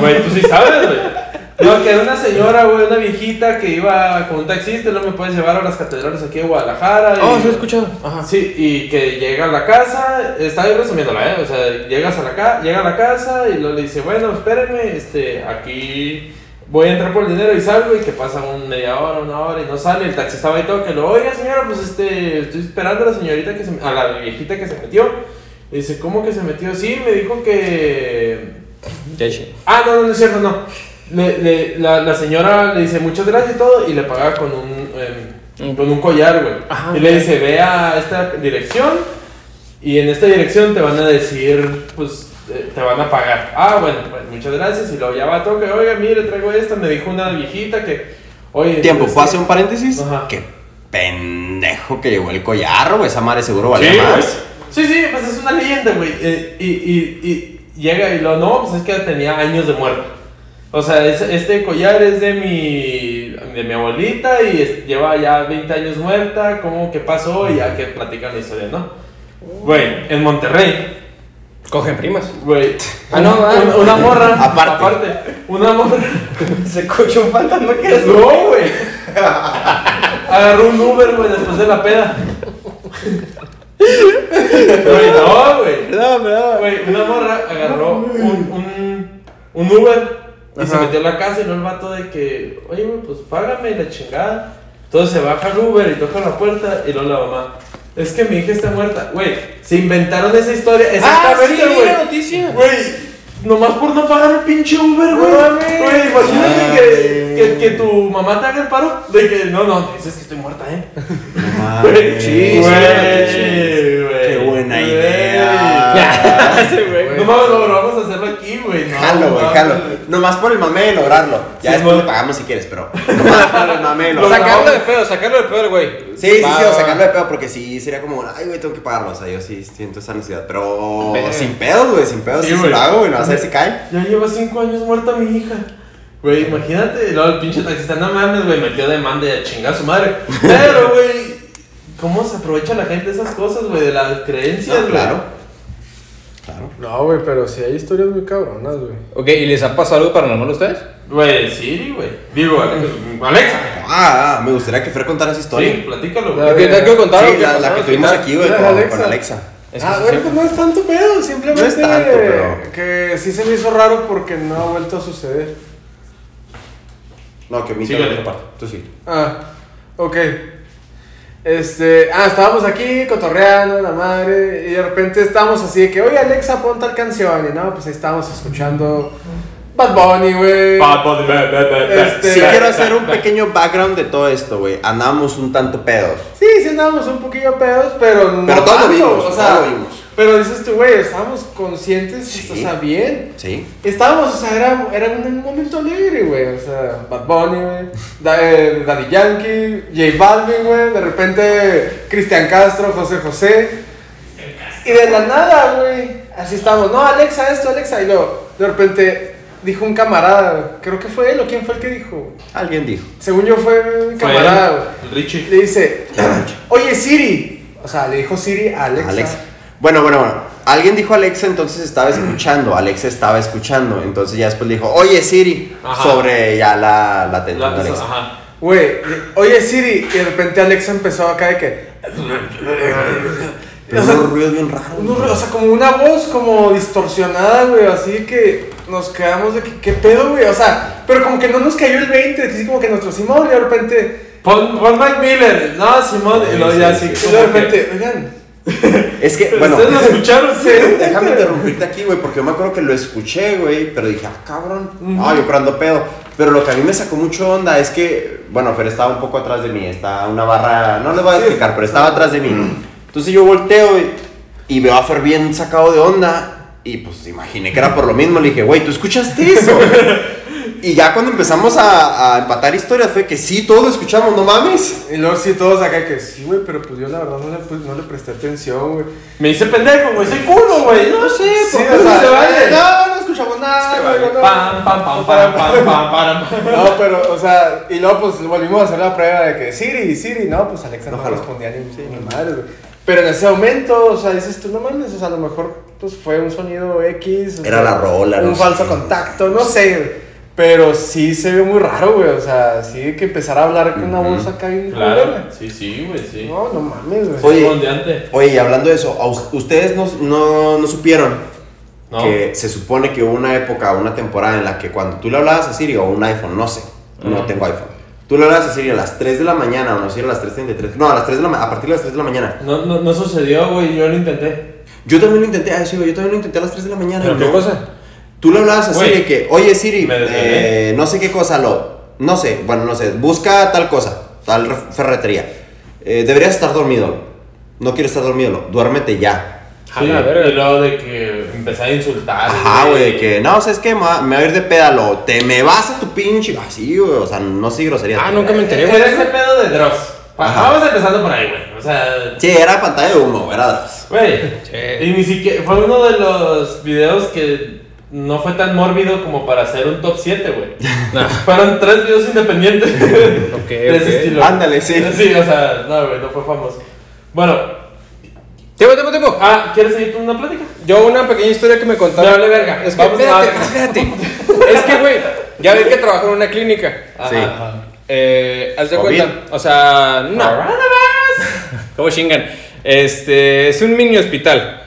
S1: Güey, tú sí sabes, güey. No, que era una señora, güey, una viejita que iba con un taxista, no me puedes llevar a las catedrales aquí de Guadalajara. y-
S2: Oh, sí, he escuchado. Ajá.
S1: Sí, y que llega a la casa, está ahí resumiéndola, ¿eh? O sea, llegas a la ca- llega a la casa y luego le dice, bueno, espérenme, este, aquí voy a entrar por el dinero y salgo y que pasa un media hora, una hora y no sale, el taxista va y todo, que lo, oiga señora, pues este, estoy esperando a la señorita que se, a la viejita que se metió. Y dice, ¿cómo que se metió? Sí, me dijo que Ah, no, no, no es cierto, no. Le- le- la, la señora le dice muchas gracias y todo y le paga con un, em, con un collar, güey.
S2: Ajá.
S1: y le dice, ve a esta dirección y en esta dirección te van a decir, pues, eh, te van a pagar. Ah, bueno, pues muchas gracias y luego ya va todo que, oiga, mire, traigo esto, me dijo una viejita que, oye...
S3: Tiempo,
S1: pues,
S3: ¿puedo hacer un paréntesis?
S1: Ajá.
S3: Qué pendejo que llegó el collar, güey. Esa madre seguro
S1: Sí,
S3: valía
S1: güey.
S3: más.
S1: Sí, sí, pues es una leyenda, güey. Eh, y, y, y llega y lo no, pues es que tenía años de muerto. O sea, es- este collar es de mi, de mi abuelita y es- lleva ya 20 años muerta. ¿Cómo que pasó? Y ya que platican la historia, ¿no? Güey, en Monterrey,
S2: Cogen primas.
S1: güey.
S2: Ah, no, ah.
S1: un- una morra.
S3: Aparte.
S1: Una morra.
S5: Se escucha un fantasma que es.
S1: No, güey. Agarró un Uber, güey, después de la peda. Güey, no, güey.
S2: Perdón, perdón.
S1: Güey, una morra agarró un, un, un Uber y se metió a la casa y no el vato de que, oye, güey, pues págame la chingada. Entonces se baja el Uber y toca la puerta y luego la mamá. Es que mi hija está muerta. Güey, se inventaron esa historia.
S2: Ah, sí,
S1: Exactamente,
S2: vi
S1: güey.
S2: la noticia.
S1: Güey, nomás por no pagar el pinche Uber, güey.
S2: No mames.
S1: Güey, imagínate que,
S3: Mames.
S1: que, que tu mamá te haga el paro de que no, no, dices que estoy muerta, eh.
S3: Madre.
S2: Sí, sí,
S1: güey.
S3: Qué buena
S1: Güey. Ah,
S3: idea.
S2: Ese güey.
S1: No mames, lo, lo vamos a hacerlo aquí, güey. No,
S3: Jalo, güey,
S1: mames.
S3: jalo. Nomás por el mame de lograrlo. Ya
S1: Sí,
S3: después
S1: güey.
S3: lo pagamos si quieres, pero. Nomás por el mame de
S1: Lo
S3: lograrlo.
S2: Sacarlo de pedo, sacarlo de pedo, el güey.
S3: Sí, sí,
S2: Va,
S3: sí,
S2: va,
S3: o
S2: va.
S3: sacarlo de pedo porque sí sería como, ay, güey, tengo que pagarlo. O sea, yo sí siento esa necesidad, pero
S2: Ve.
S3: sin pedos, güey, sin pedos,
S1: Sí,
S3: sí, se
S1: güey.
S3: lo hago, güey, no vas a ver si cae.
S1: Ya lleva cinco años muerta mi hija. Güey, imagínate, no, el pinche taxista, no mames, güey, metió demanda y a chingar a su madre. Pero, güey, ¿cómo se aprovecha la gente de esas cosas, güey? De las creencias,
S3: No,
S1: güey.
S3: claro. Claro.
S4: No, güey, pero sí hay historias muy cabronas, güey.
S2: Ok, ¿y les ha pasado algo paranormal a ustedes?
S1: Güey, Siri, güey. Digo, Ale- Alexa.
S3: Ah, ah, me gustaría que Fer contara esa historia.
S1: Sí,
S3: Sí,
S1: platícalo,
S4: A
S2: Yo
S1: güey.
S4: ver,
S2: te tengo que contar algo
S3: la,
S2: pasó
S3: la
S2: en
S3: que
S2: el
S3: tuvimos
S2: hospital.
S3: aquí, güey,
S4: La
S3: con
S4: de
S3: Alexa. Con
S4: Alexa.
S3: Alexa.
S2: Es que
S4: ah,
S2: sí,
S4: bueno,
S2: sí.
S4: pues no es tanto pedo, simplemente
S3: No es tanto, pero-
S4: que sí se me hizo raro porque no ha vuelto a suceder.
S3: No, que mi
S1: Síguele.
S3: Tú sí.
S4: Ah, ok. Este, ah, estábamos aquí cotorreando, la madre, y de repente estábamos así de que, oye Alexa, pon tal canción, y no, pues ahí estábamos escuchando Bad Bunny, güey.
S1: Bad Bunny, ve, ve, ve, ve.
S4: Este,
S3: Sí
S4: Ve,
S3: quiero hacer un pequeño background de todo esto, güey. Andamos un tanto pedos.
S4: Sí, sí andábamos un poquillo pedos, pero no
S3: Pero todo lo
S4: tanto,
S3: vimos,
S4: o sea,
S3: todo lo vimos.
S4: pero dices tú, güey, estábamos conscientes,
S3: Sí.
S4: o sea, bien.
S3: Sí.
S4: Estábamos, o sea, era, era un momento alegre, güey. O sea, Bad Bunny, güey. Da- eh, Daddy Yankee, J Balvin, güey. De repente, Cristian Castro, José José. Y de la nada, güey. Así estamos. No, Alexa, esto, Alexa. Y luego, de repente, dijo un camarada, güey, creo que fue él o quién fue el que dijo.
S3: Alguien dijo.
S4: Según yo, fue un
S1: Fue
S4: camarada,
S1: el-
S4: güey.
S1: el Richie.
S4: Le dice, oye Siri. O sea, le dijo Siri a Alexa.
S3: Alexa. Bueno, bueno, bueno. Alguien dijo Alexa, entonces estaba escuchando. Alexa estaba escuchando. Entonces ya después le dijo, oye Siri,
S1: Ajá.
S3: sobre ya la, la atención de Alexa.
S1: Ajá.
S4: Güey, le- oye Siri. Y de repente Alexa empezó acá de que.
S3: Pero
S4: O sea,
S3: unos ruidos bien raros.
S4: unos ru- o sea, como una voz como distorsionada, güey. Así que nos quedamos de que, ¿qué pedo, güey? O sea, pero como que no nos cayó el 20. Así como que nuestro Simón, y de repente.
S1: Pon, pon Mike Miller. No, Simón. Y luego ya así.
S4: Ah, Y
S1: como
S4: de
S1: que-
S4: repente, oigan.
S3: Es que,
S1: Pero
S3: bueno,
S1: Ustedes lo escucharon, sí.
S3: déjame interrumpirte aquí, güey, porque yo me acuerdo que lo escuché, güey, pero dije, ah, cabrón, no, yo prendo pedo. Pero lo que a mí me sacó mucho onda es que, bueno, Fer estaba un poco atrás de mí, estaba una barra, no les voy a explicar, pero estaba atrás de mí. Entonces yo volteo y Y veo a Fer bien sacado de onda. Y pues imaginé que era por lo mismo. Le dije, güey, ¿tú escuchaste eso? y ya cuando empezamos a, a empatar historias fue que sí, todos lo escuchamos, no mames.
S4: Y luego sí, todos acá que sí, güey, pero pues yo la verdad no le, pues, no le presté atención, güey.
S1: Me hice pendejo, güey. Soy culo, güey. No sé,
S4: Sí, pues,
S1: por
S4: o
S1: culo
S4: sea, eh,
S1: se vale.
S4: No, no escuchamos nada, güey, no.
S1: Pam, pam, pam, pam, pam, pam, pam.
S4: No, pero, o sea, y luego pues volvimos a hacer la prueba de que Siri, Siri, no, pues Alexa no,
S3: Ojalá.
S4: respondía ni, ni madre, güey. Pero en ese momento, o sea, dices tú, no mames, o sea, a lo mejor pues fue un sonido X. o
S3: Era
S4: sea,
S3: la rola,
S4: Un
S3: no sé.
S4: falso contacto, no sé, güey. Pero sí se ve muy raro, güey, o sea, sí que empezar a hablar con una
S3: Ujú.
S4: voz acá y...
S1: Claro, sí, sí, güey, sí.
S4: No, no mames, güey.
S3: Oye.
S1: Bondeante.
S3: Oye, y hablando de eso, ¿a us- ¿ustedes no, no, no supieron
S1: No.
S3: que se supone que hubo una época, una temporada en la que cuando tú le hablabas a Siri o un iPhone, no sé, no
S1: Ujú.
S3: tengo iPhone. Tú le hablabas a Siri a las 3 de la mañana, o no, Siri a las 3.33, no, a las 3 de la ma- a partir de las 3 de la mañana.
S1: No, no, no sucedió, güey. Yo lo intenté.
S3: Yo también lo intenté, ah, sí, güey, yo también lo intenté a las 3 de la mañana. y
S2: ¿Pero qué
S3: no.
S2: cosa?
S3: Tú le hablabas a
S1: Güey,
S3: Siri que, oye Siri,
S1: me desvelé.
S3: eh, no sé qué cosa, lo, no sé, bueno, no sé, busca tal cosa, tal ref- ferretería. Eh, deberías estar dormido, lo. no quiero estar dormido, lo. duérmete ya.
S1: Sí,
S2: la verga.
S1: y luego de que empecé a insultar.
S3: Ajá, güey, que no, ¿sabes qué? Me va me va a ir de pédalo, te me vas a tu pinche. Así, güey, o sea, no sí grosería.
S5: Ah, nunca me enteré, güey.
S1: Era ese pedo de Dross. Pa-
S3: Ajá.
S1: Vamos empezando por ahí, güey. O sea,
S3: Sí, era pantalla de humo, era.
S1: Güey,
S5: Sí.
S1: y ni siquiera. Fue uno de los videos que no fue tan mórbido como para hacer un top 7, güey. Fueron tres videos independientes.
S5: Ok,
S1: de ese
S5: ok.
S1: estilo.
S3: Ándale, sí.
S1: Sí, o sea, no, güey, no fue famoso. Bueno,
S5: Tiempo, tiempo, tiempo.
S1: ah, ¿quieres seguir con una plática?
S2: Yo una pequeña historia que me
S1: Me
S2: contaron.
S1: vale verga.
S2: Es que,
S1: Vamos a-
S2: espérate, espérate. es que, güey, ya ves que trabajo en una clínica.
S3: Sí.
S1: Ajá.
S2: Eh, haz de
S3: ¿O
S2: cuenta.
S3: bien?
S2: O sea, no. ¿Cómo chingan? Este, es un mini hospital.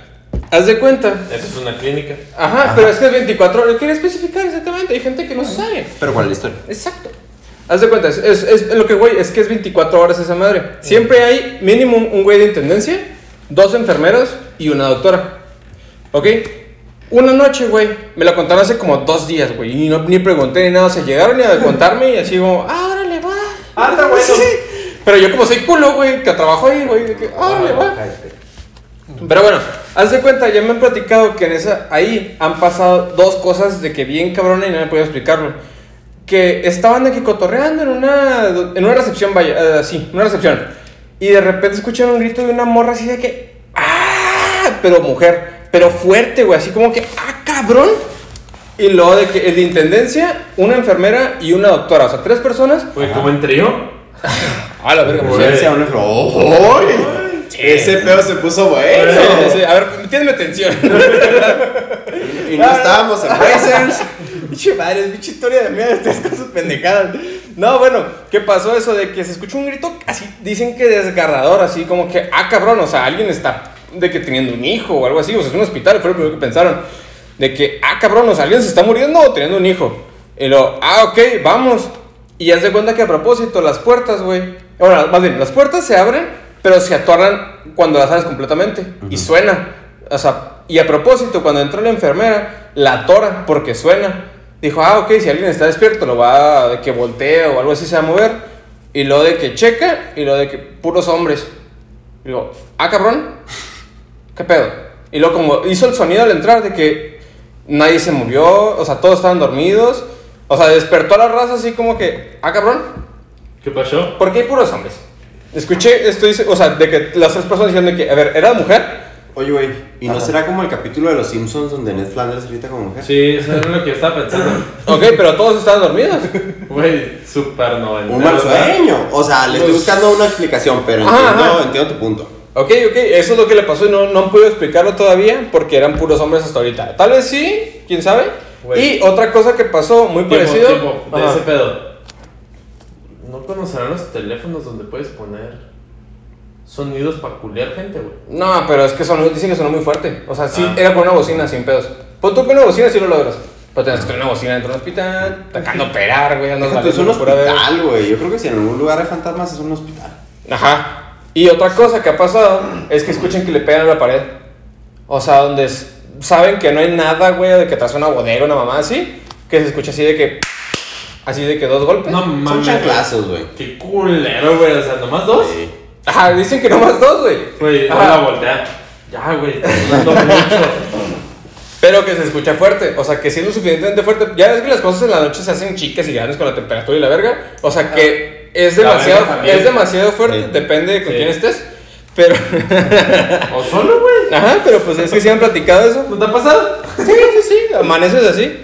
S2: Haz de cuenta.
S1: Eso es una clínica.
S2: Ajá, pero es que es 24 horas. Quería especificar exactamente. Hay gente que no sabe.
S3: Pero cuál es la historia.
S2: Exacto. Haz de cuenta, es, es- es lo que, güey, es que es 24 horas esa madre. Siempre hay mínimo un güey de intendencia, dos enfermeros y una doctora. ¿Ok? Una noche, güey, me la contaron hace como dos días, güey, y no, ni pregunté ni nada. O sea, llegaron a contarme y así como, ah, órale, va.
S1: Ah, está bueno.
S2: Pero yo como soy culo, güey, que trabajo ahí, güey, de que, ah, órale, va. Pero bueno, haz de cuenta, ya me han platicado que en esa, ahí han pasado dos cosas de que bien cabrona y no me he podido explicarlo. Que estaban aquí cotorreando en una, en una recepción, vaya, eh, así, una recepción. Y de repente escuchan un grito de una morra así de que, ¡ah! Pero mujer, pero fuerte, güey, así como que, ¡ah, cabrón! Y luego de que el de intendencia, una enfermera y una doctora, o sea, tres personas.
S1: Güey, como en trío.
S2: ¡Ah, la verga,
S1: Güey.
S3: Emergencia, una enfermedad. ¡Oy! Ese pedo se puso bueno.
S2: Sí, sí, A ver, tienes atención.
S3: Y no estábamos en Blazers.
S2: Pinche madre, es pinche historia de mierda, ustedes con sus pendejadas. No, bueno, ¿qué pasó eso de que se escuchó un grito así? Dicen que desgarrador, así como que, ah, cabrón, o sea, alguien está de que teniendo un hijo o algo así, o sea, es un hospital, fue lo primero que pensaron. De que, ah, cabrón, o sea, alguien se está muriendo o teniendo un hijo. Y lo, ah, ok, vamos. Y haz de cuenta que a propósito, las puertas, güey. Bueno, más bien, las puertas se abren, pero se atorran cuando las abres completamente. Y suena. O sea, y a propósito, cuando entró la enfermera, la atora porque suena. Dijo, ah, ok, si alguien está despierto, lo va a- de que voltee o algo así se va a mover. Y lo de que checa, y lo de que puros hombres. Y digo, ah, cabrón, ¿qué pedo? Y luego como hizo el sonido al entrar de que nadie se murió, o sea, todos estaban dormidos. O sea, despertó a la raza así como que, ah, cabrón,
S1: ¿Qué pasó?
S2: ¿por qué hay puros hombres? Escuché, esto dice, o sea, de que las tres personas dijeron de que, a ver, ¿era mujer?
S3: Oye, güey, ¿y no será como el capítulo de los Simpsons donde Ned Flanders grita como mujer?
S1: Sí, eso era lo que yo estaba pensando.
S2: Ok, pero todos estaban dormidos.
S1: Güey, super noventa.
S3: Un mal sueño. O sea, le estoy
S2: Pues-
S3: buscando una explicación, pero
S2: Ajá,
S3: entiendo,
S2: ajá.
S3: entiendo tu punto.
S2: Ok, ok, eso es lo que le pasó y no, no han podido explicarlo todavía porque eran puros hombres hasta ahorita. Tal vez sí, quién sabe.
S1: Güey.
S2: Y otra cosa que pasó muy
S1: Tiempo,
S2: parecido.
S1: tiempo, de
S2: Ajá.
S1: ese pedo. ¿No conocerán los teléfonos donde puedes poner sonidos para culiar gente, güey?
S2: No, pero es que sonó, dicen que sonó muy fuerte. O sea, sí,
S1: Ah.
S2: era con una bocina sin pedos. Pues tú con una bocina sí lo logras. Pero tienes que tener una bocina dentro del hospital, tocando operar, güey, andas
S3: Déjate, Es un
S2: valiendo pura verga.
S3: hospital, güey. Yo creo que si en algún lugar hay fantasmas es un hospital.
S2: Ajá. Y otra cosa que ha pasado es que escuchen que le pegan a la pared. O sea, donde s- saben que no hay nada, güey, de que tras una bodega, una mamá así, que se escucha así de que. Así de que dos golpes.
S1: No
S3: Son
S1: mames.
S3: chanclazos, güey.
S1: Qué culero, güey. O sea, nomás dos.
S3: Sí.
S2: Ajá, dicen que nomás dos, güey.
S1: Güey, no la
S2: Ajá.
S1: voltea. Ya, güey, estás hablando mucho.
S2: Pero que se escucha fuerte, o sea, que si es lo suficientemente fuerte. Ya ves que las cosas en la noche se hacen chicas y grandes con la temperatura y la verga. O sea, que es
S1: La verga
S2: demasiado,
S1: también.
S2: es demasiado fuerte,
S3: Sí.
S2: depende de con
S1: Sí.
S2: quién estés. Pero,
S1: O solo, güey.
S2: ajá, pero pues es que si han platicado eso.
S1: ¿No te ha pasado?
S2: Sí, sí, sí, amaneces así.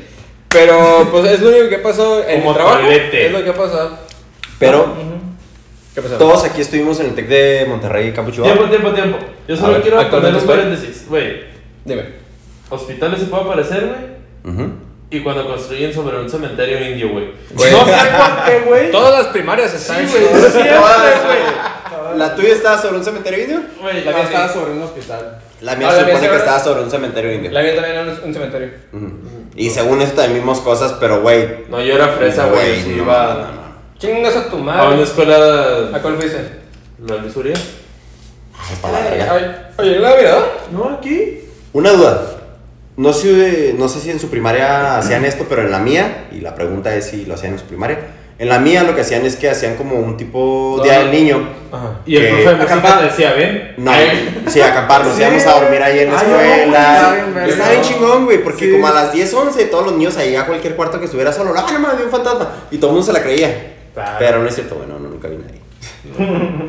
S2: Pero pues es lo único que ha pasado en
S1: Como
S2: el trabajo.
S1: tolete.
S2: Es lo que ha pasado.
S3: Pero
S2: ¿Qué ha pasado?
S3: todos aquí estuvimos en el TEC de Monterrey, Capuchuá.
S1: Tiempo, tiempo, tiempo. Yo
S3: A
S1: solo
S3: ver,
S1: quiero poner
S2: actualmente
S1: un
S2: estoy.
S1: paréntesis. Güey,
S2: Dime.
S1: hospitales se puede aparecer, güey.
S3: Ujú.
S1: Y cuando construyen sobre un cementerio indio, güey.
S2: Güey.
S1: No sé por qué, güey.
S2: Todas las primarias están
S1: Sí, güey. Siempre, güey.
S3: ¿La tuya estaba sobre un cementerio indio?
S1: Güey,
S2: Ah,
S4: La mía
S1: así.
S4: estaba sobre un hospital.
S3: La mía
S2: No,
S3: se
S2: la mía
S3: supone que
S2: estaba-
S3: estaba sobre un cementerio indio.
S2: La mía también era un- un cementerio.
S3: Ujú. Y según eso también vimos cosas, pero güey.
S1: No, yo era fresa, güey. Yo sí
S3: no,
S1: iba
S3: no, no.
S2: Chingas a tu madre.
S1: a una
S2: ¿A
S1: escuela.
S2: cuál fuiste?
S1: ¿La Luis Uría?
S3: Hasta la verga.
S2: Oye, ¿no la mirador?
S1: No, aquí.
S3: Una duda. No sé, no sé si en su primaria hacían esto, pero en la mía, y la pregunta es si lo hacían en su primaria. En la mía lo que hacían es que hacían como un tipo día del niño.
S2: Ajá.
S1: Y el
S3: Eh,
S1: profe de música
S4: acampada.
S1: decía, ven.
S3: No,
S1: Ay,
S3: sí, acampar, nos
S4: Sí.
S3: íbamos a dormir ahí en la
S4: Ay, no, está
S3: escuela.
S4: bien verga.
S3: Está bien chingón, güey, porque
S4: Sí.
S3: como a las 10, 11, todos los niños ahí a cualquier cuarto que estuviera solo, "Ah, la madre de un fantasma. Y todo el mundo se la creía.
S1: Claro.
S3: Pero no es cierto, bueno, no, nunca vi nadie.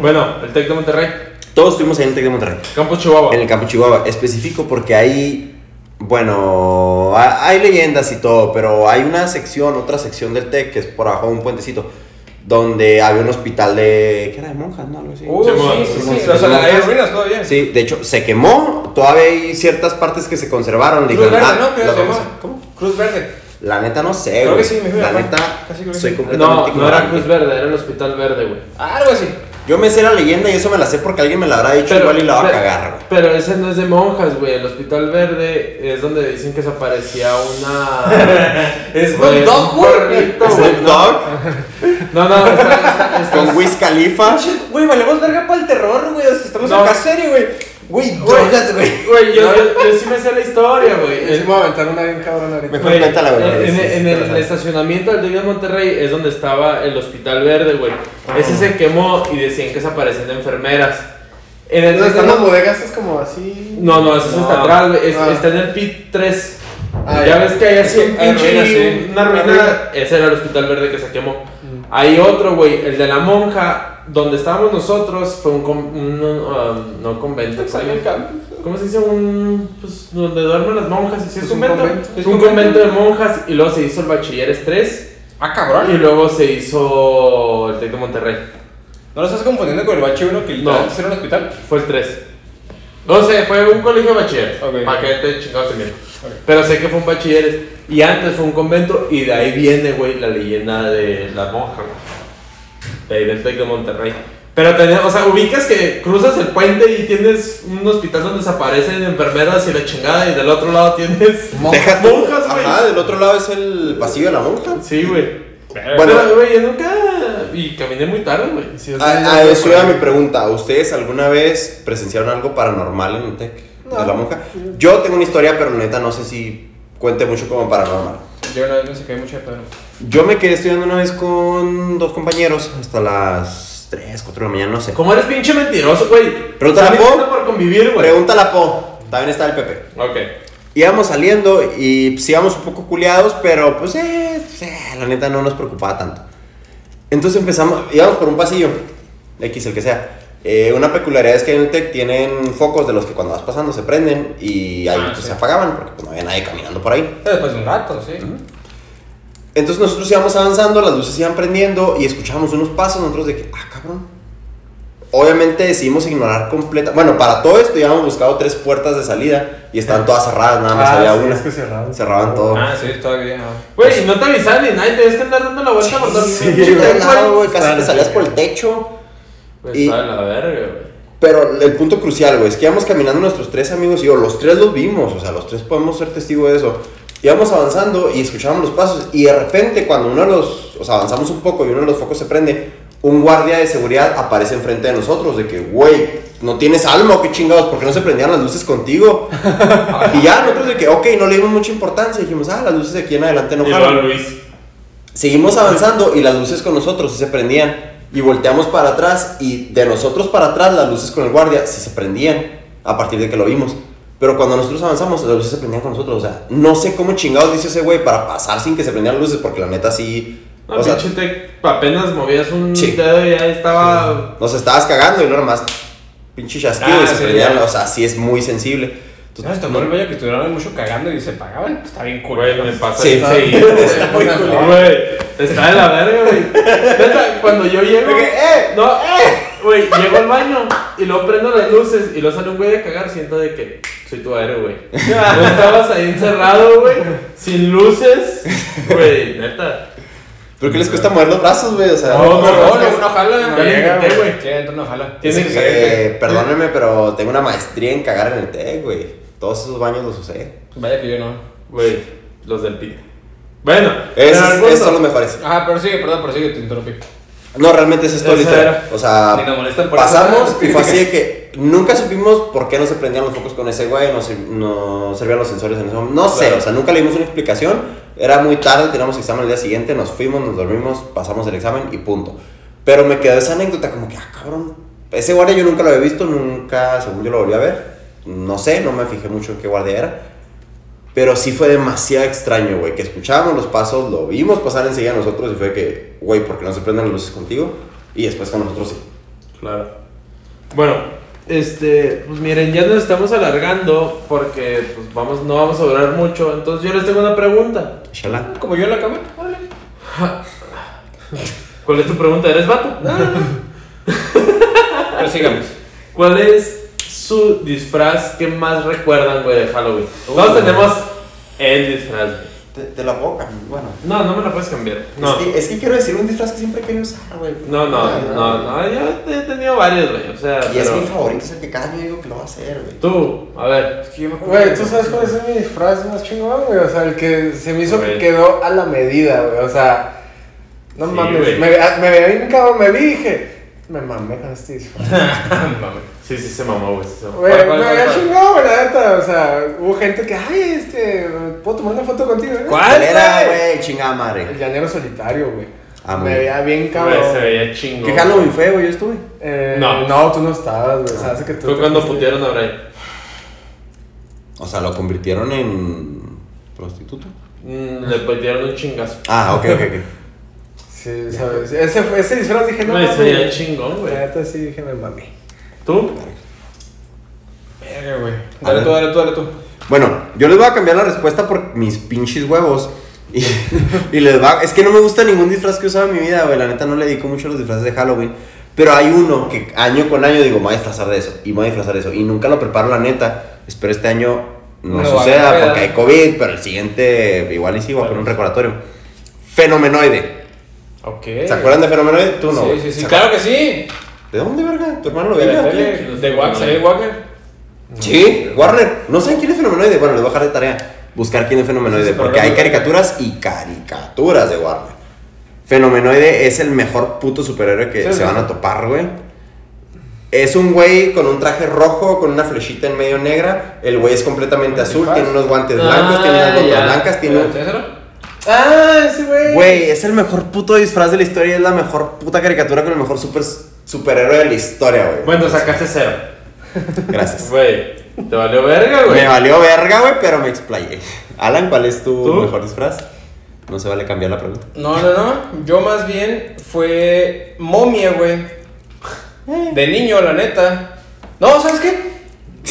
S1: Bueno, el Tec de Monterrey.
S3: Todos estuvimos ahí en el Tec de Monterrey.
S1: Campo Chihuahua.
S3: En el campo Chihuahua, específico porque hay, bueno, ha- hay leyendas y todo, pero hay una sección, otra sección del TEC que es por abajo de un puentecito, donde había un hospital de, ¿qué era? De monjas, ¿no? Algo así.
S2: Uh,
S1: Sí,
S2: sí, sí,
S1: sí,
S2: sí.
S1: sí.
S2: O sea, hay ruinas todavía.
S3: Sí, de hecho, se quemó, todavía hay ciertas partes que se conservaron.
S2: Cruz
S3: dijeron,
S2: Verde,
S3: "Ah,
S2: ¿no? Creo que
S3: las
S2: se
S3: vamos a-".
S2: llama.
S3: ¿Cómo?
S2: Cruz Verde.
S3: La neta no sé,
S2: Creo que
S3: güey.
S2: sí, me fui
S3: La
S2: a la
S3: neta,
S2: mano. Casi creo que
S3: soy
S2: sí.
S3: completamente
S1: No, no
S3: ignorante.
S1: era Cruz Verde, era el Hospital Verde, güey.
S2: Algo así.
S3: Yo me sé la leyenda y eso me la sé porque alguien me la habrá dicho igual y la va a
S1: pero-
S3: cagar, güey.
S1: Pero ese no es de monjas, güey. El Hospital Verde es donde dicen que se aparecía una.
S2: Es
S1: Güey,
S2: Snoop Dogg,
S1: un
S2: güey.
S1: perrito, güey.
S3: Snoop Dogg
S1: No, no, esta- esta- esta-
S3: con Wiz Khalifa.
S2: Güey, valemos verga para el terror, güey. Estamos
S1: No.
S2: en serie, güey. Güey,
S1: Güey,
S2: drogas, güey.
S1: Güey, yo, yo- yo sí me sé la historia, güey.
S4: Sí, me
S1: El-
S4: voy a aventar una bien cabrón ahorita.
S3: Mejor
S1: Güey,
S3: cuéntala, güey,
S1: En,
S3: sí, sí,
S1: en
S3: sí,
S1: el
S3: cuéntala.
S1: estacionamiento del Tec de Monterrey es donde estaba el Hospital Verde, güey. Ese se quemó y decían que se aparecían enfermeras. En el
S4: Entonces, están las
S1: no,
S4: bodegas, es como así.
S1: no, no, eso es
S2: No.
S1: hasta atrás, güey. Es-
S4: Ah.
S1: Está en el PIT 3.
S4: Ah,
S1: ya
S4: ya.
S1: ves que hay así
S2: Es que
S1: un
S2: hay
S1: pinche.
S2: ruinas, sí.
S1: Una ruina.
S4: Una ruina.
S1: Ese era el Hospital Verde que se quemó. Hay otro, güey, el de la monja. Donde estábamos nosotros fue un. con- un, um, no convento, ¿sabes? ¿Cómo se dice? Un. Pues donde duermen las monjas. ¿y si es
S4: Pues un
S1: convento?
S4: convento.
S1: Es un convento de monjas y luego se hizo el Bachilleres 3
S2: Ah,
S1: y
S2: cabrón.
S1: luego se hizo el Tec de Monterrey.
S2: ¿No lo estás confundiendo con el bache 1 que literalmente era un hospital?
S1: Fue el 3. No sé, fue un colegio de bachilleres.
S2: Ok.
S1: Para que te chingados también. Pero sé que fue un bachilleres y antes fue un convento y de ahí viene, güey, la leyenda de la monja, güey. De ahí del Tec de Monterrey. Pero tenés, o sea, ubicas que cruzas el puente y tienes un hospital donde desaparecen enfermeras y la chingada y del otro lado tienes
S3: Deja tú.
S1: monjas, güey.
S3: Ajá, del otro lado es el pasillo de la monja.
S1: Sí, güey.
S3: Bueno.
S1: Pero, güey, yo nunca... Y caminé muy tarde, güey.
S4: Sí, es
S3: A,
S4: bien
S3: a
S4: loco,
S3: Ah, eso
S4: güey.
S3: era mi pregunta. ¿Ustedes alguna vez presenciaron algo paranormal en el TEC de la monja? Yo tengo una historia, pero neta no sé si cuente mucho como paranormal.
S2: Yo una vez me saqué mucho de pedo.
S3: Yo me quedé estudiando una vez con dos compañeros hasta las 3, 4 de la mañana, no sé.
S1: ¿Cómo eres pinche mentiroso, güey?
S3: Pregúntale a
S1: También
S3: Pau.
S1: está por convivir, güey.
S3: Pregúntale a Po. También está el Pepe.
S1: Ok.
S3: íbamos saliendo y pues, íbamos un poco culiados, pero pues, eh, pues, eh, la neta no nos preocupaba tanto. Entonces empezamos, íbamos por un pasillo, X, el que sea. Eh, una peculiaridad es que en el TEC tienen focos de los que cuando vas pasando se prenden y ahí
S2: Ah,
S3: pues,
S2: sí.
S3: se apagaban porque pues, no había nadie caminando por ahí.
S2: Después de un rato, sí.
S3: Entonces nosotros íbamos avanzando, las luces iban prendiendo y escuchábamos unos pasos, nosotros de que, ah, cabrón. Obviamente decidimos ignorar completa. Bueno, para todo esto ya habíamos buscado tres puertas de salida y estaban todas cerradas, nada más
S4: Ah,
S3: había
S4: sí,
S3: una.
S4: es que cerraban.
S3: Cerraban todo.
S2: Ah, sí, todavía. ajá.
S1: Güey, si no te avisaban ni nadie, tenías que andar dando la vuelta por todo el
S3: Sí,
S1: mundo.
S3: güey,
S1: Güey,
S3: claro, Ah, güey, casi
S4: claro,
S3: te salías
S4: sí.
S3: por el techo.
S1: Pues
S3: Y-
S1: está de la verga, güey.
S3: Pero el punto crucial, güey, es que íbamos caminando nuestros tres amigos y yo, los tres los vimos, o sea, los tres podemos ser testigos de eso. Íbamos avanzando y escuchábamos los pasos y de repente cuando uno de los, o sea, avanzamos un poco y uno de los focos se prende, un guardia de seguridad aparece enfrente de nosotros de que, güey, no tienes alma o qué chingados, porque no se prendían las luces contigo? y ya nosotros de que, ok, no le dimos mucha importancia, dijimos, ah, las luces de aquí en adelante no
S1: Y
S3: jalan".
S1: luego Luis.
S3: Seguimos avanzando y las luces con nosotros sí se prendían. Y volteamos para atrás y de nosotros para atrás las luces con el guardia sí se prendían. a partir de que lo vimos. Pero cuando nosotros avanzamos, las luces se prendían con nosotros. O sea, no sé cómo chingados dice ese güey para pasar sin que se prendieran luces, porque la neta sí.
S1: No,
S3: o sea,
S1: pinche tec, apenas movías un
S3: Sí.
S1: dedo y ya estaba.
S3: nos estabas cagando y luego nomás pinche chasquido
S2: Ah,
S3: y se
S2: sí,
S3: prendían.
S2: ya.
S3: O sea, sí es muy sensible. Entonces,
S2: No, esto
S3: no-
S2: con el baño que estuvieron mucho cagando y se pagaban. Está bien cool.
S1: Güey, me pasa
S3: Sí.
S1: bien seguido,
S4: Está muy
S1: güey.
S4: culero.
S1: No, güey, Está de la verga, güey. Neta, Cuando yo llego.
S3: "Eh,
S1: No, güey, llego al baño y luego prendo las luces y luego sale un güey de cagar. Siento de que soy tu héroe, güey. No estabas ahí encerrado, güey, sin luces. Güey, neta.
S3: ¿Pero qué les cuesta mover los brazos, güey? O sea,
S1: No, no,
S2: No, no, no jala.
S1: No
S2: Ya
S1: llega,
S2: intenté,
S1: güey.
S2: Sí, entonces no jala.
S3: es
S1: Tiene que
S3: que, eh,
S1: ser.
S3: perdónenme, pero tengo una maestría en cagar en el té, güey. Todos esos baños los usé.
S2: Vaya que yo no.
S1: Güey, los del pito. Bueno,
S3: Esos,
S1: pero al
S3: esos
S1: punto-
S3: son los mejores.
S2: Ah, pero sigue, perdón, pero sigue, te interrumpí.
S3: No, realmente es esto
S1: Esa
S3: literal.
S1: era.
S3: O sea,
S2: Ni nos molestan por
S3: pasamos
S2: eso.
S3: y fue así de que nunca supimos por qué no se prendían los focos con ese güey, no, se- no servían los sensores en ese momento. No sé,
S2: Claro.
S3: o sea, nunca le dimos una explicación. Era muy tarde, teníamos examen el día siguiente, nos fuimos, nos dormimos, pasamos el examen y punto. Pero me quedó esa anécdota como que, ah, cabrón, ese guardia yo nunca lo había visto, nunca, según yo lo volví a ver. No sé, no me fijé mucho en qué guardia era. Pero sí fue demasiado extraño, güey, que escuchábamos los pasos, lo vimos pasar enseguida a nosotros y fue que, güey, ¿por qué no se prenden las luces contigo? Y después con nosotros sí.
S1: Claro. Bueno, este, pues miren, ya nos estamos alargando porque pues vamos, no vamos a durar mucho. Entonces yo les tengo una pregunta.
S3: Shalá.
S2: Como yo en la cama, órale.
S1: ¿Cuál es tu pregunta? ¿Eres vato? Ah.
S2: Pero sigamos.
S1: ¿Cuál es su disfraz que más recuerdan, güey, de Halloween? Todos tenemos el disfraz. güey.
S3: Te, te la boca, bueno.
S1: No, no me lo puedes cambiar. No,
S3: Es, que, es que quiero decir un disfraz que siempre quería usar, güey.
S1: no, no, Ah, no, no. Yo he tenido varios, güey. O sea,
S3: Y es mi
S1: pero
S3: favorito, es el que cada año digo que lo va a hacer, güey.
S1: tú, a ver.
S2: Es que yo me acuerdo.
S4: Güey, ¿tú sabes cuál es mi disfraz más chingón, güey? O sea, el que se me hizo
S1: Güey.
S4: que quedó a la medida, güey. O sea, no
S1: Sí,
S4: mames.
S1: güey.
S4: Me, a- me veía bien cabrón, me vi y dije, me mamé con este disfraz.
S2: Mame.
S1: Sí, sí, se mamó, güey. sí se mamó.
S4: Güey,
S2: ¿Cuál,
S4: me
S2: cuál, cuál,
S4: veía
S2: cuál?
S4: chingón, güey, la neta. O sea, hubo gente que, ay, este, ¿puedo tomar una foto contigo? güey?"
S3: ¿Cuál era, güey? Chingada madre.
S4: El llanero solitario, güey.
S3: Ah, muy
S4: me
S3: bien.
S4: veía bien
S1: Güey, se
S4: cabrón.
S1: veía chingo.
S3: ¿Qué Halloween fue, güey? Yo estuve.
S4: Eh,
S1: No.
S4: no. tú no estabas, güey. O sea, hace que tú.
S1: Fue
S4: te
S1: cuando
S4: fuiste.
S1: putearon a Brian.
S3: O sea, lo convirtieron en prostituto.
S1: Mm, le patearon un chingazo.
S3: Ah, ok, ok, ok.
S4: Sí, sabes. Ese, fue- ese disfraz dije, no,
S1: Güey, se veía
S4: mames.
S1: chingón,
S4: La
S1: güey.
S4: neta sí dije, me mami.
S1: ¿Tú?
S2: Verga, güey.
S3: A
S2: Dale
S3: ver.
S2: tú, dale tú, dale tú.
S3: Bueno, yo les voy a cambiar la respuesta por mis pinches huevos. Y, y les va. Es que no me gusta ningún disfraz que he usado en mi vida, güey. La neta no le dedico mucho a los disfraces de Halloween. Pero hay uno que año con año digo, me voy a disfrazar de eso. Y me voy a disfrazar de eso. Y nunca lo preparo, la neta. Espero este año no,
S2: No,
S3: suceda
S2: habrá
S3: porque hay COVID. Pero el siguiente igual y sí voy a poner un recordatorio. Fenomenoide.
S2: Ok.
S3: ¿Se acuerdan de Fenomenoide? Tú no.
S2: Sí,
S3: güey.
S2: sí, sí.
S3: ¿Se
S2: Claro que sí.
S3: acuerdan? ¿De dónde, verga? ¿Tu hermano lo
S2: De
S3: veía?
S2: la
S3: o qué?
S2: tele, de Wack, salía de Wacker.
S3: Sí, Warner. No sé quién es Fenomenoide. Bueno, les voy a dejar de tarea. Buscar quién es Fenomenoide.
S2: Ese es el
S3: Porque hay
S2: programa.
S3: caricaturas y caricaturas de Warner. Fenomenoide es el mejor puto superhéroe que
S2: Sí,
S3: se
S2: sí,
S3: van
S2: sí.
S3: a topar, güey. Es un güey con un traje rojo, con una flechita en medio negra. El güey es completamente azul,
S2: Antifaz.
S3: tiene unos guantes
S1: Ah,
S3: blancos, tiene unas botas
S1: ya.
S3: blancas, tiene un...
S2: ¿Tienes
S4: Ah, ese güey.
S3: Güey, es el mejor puto disfraz de la historia, es la mejor puta caricatura con el mejor super, superhéroe de la historia, güey.
S1: Bueno, sacaste cero.
S3: Gracias.
S1: Güey, te valió verga, güey.
S3: Me valió verga, güey, pero me explayé. Alan, ¿cuál es tu
S1: ¿Tú?
S3: mejor disfraz? No se vale cambiar la pregunta.
S2: No, no, no. Yo más bien fue momia, güey. De niño, la neta. No, ¿sabes qué?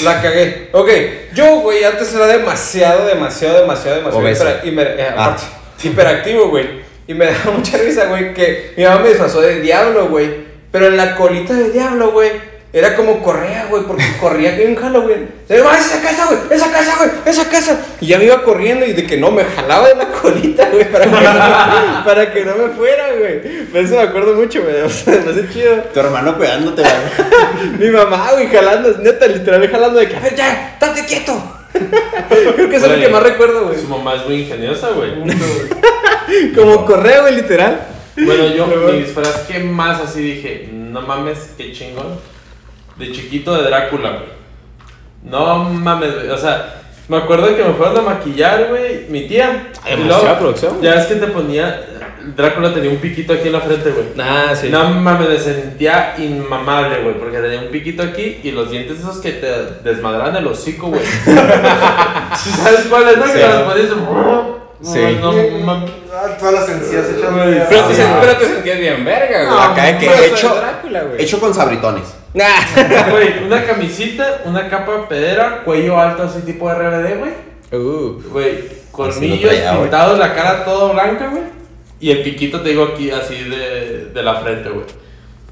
S2: La cagué. Ok, yo, güey, antes era demasiado, demasiado, demasiado, demasiado
S3: Obeso.
S2: hipera- hiper- eh,
S3: Ah.
S2: aparte, hiperactivo, güey. Y me daba mucha risa, güey, que mi mamá me disfrazó de diablo, güey. Pero en la colita de diablo, güey, era como correa, güey, porque corría en Halloween. De, "Ah, esa casa, güey! ¡Esa casa, güey! ¡Esa casa! Y ya me iba corriendo y de que no, me jalaba de la colita, güey, para, que no- para que no me fuera, güey. Pero eso me acuerdo mucho, güey. O sea, no sé chido.
S3: Tu hermano cuidándote, güey.
S2: Mi mamá, güey, jalando, neta, literal, jalando de que, a ver, ya, date quieto. Creo que eso es lo
S1: Güey,
S2: que más recuerdo, güey.
S1: Su mamá es muy ingeniosa, güey.
S2: Como correo, güey, literal.
S1: Bueno, yo, mi disfraz, ¿qué más así dije? No mames, qué chingón. De chiquito de Drácula, güey. No mames, güey. O sea, me acuerdo que me fueron a maquillar, güey, mi tía. Y luego,
S2: producción.
S1: Ya es que te ponía Drácula tenía un piquito aquí en la frente, güey.
S2: Ah, sí.
S1: No mames, me sentía inmamable, güey, porque tenía un piquito aquí y los dientes esos que te desmadraban el hocico, güey. ¿Sabes cuáles, no?
S3: Sí.
S1: Que los ponías. y-
S3: Sí.
S1: No, mames.
S4: Ah, Todas las encías hechas
S1: Güey,
S4: mierda.
S2: Pero te,
S3: Ah,
S2: sen- pero te sentías bien verga, güey.
S1: Ah,
S3: Acá de que
S2: Pero pues, soy
S3: hecho,
S2: Drácula, güey.
S3: hecho con sabritones.
S2: Nah.
S1: Güey, una camisita, una capa pedera, cuello alto así tipo RBD, güey.
S2: Uh.
S1: Güey,
S3: Así lo
S1: colmillos
S3: traía, güey.
S1: pintados, la cara toda blanca, güey. Y el piquito, te digo, aquí así de, de la frente, güey.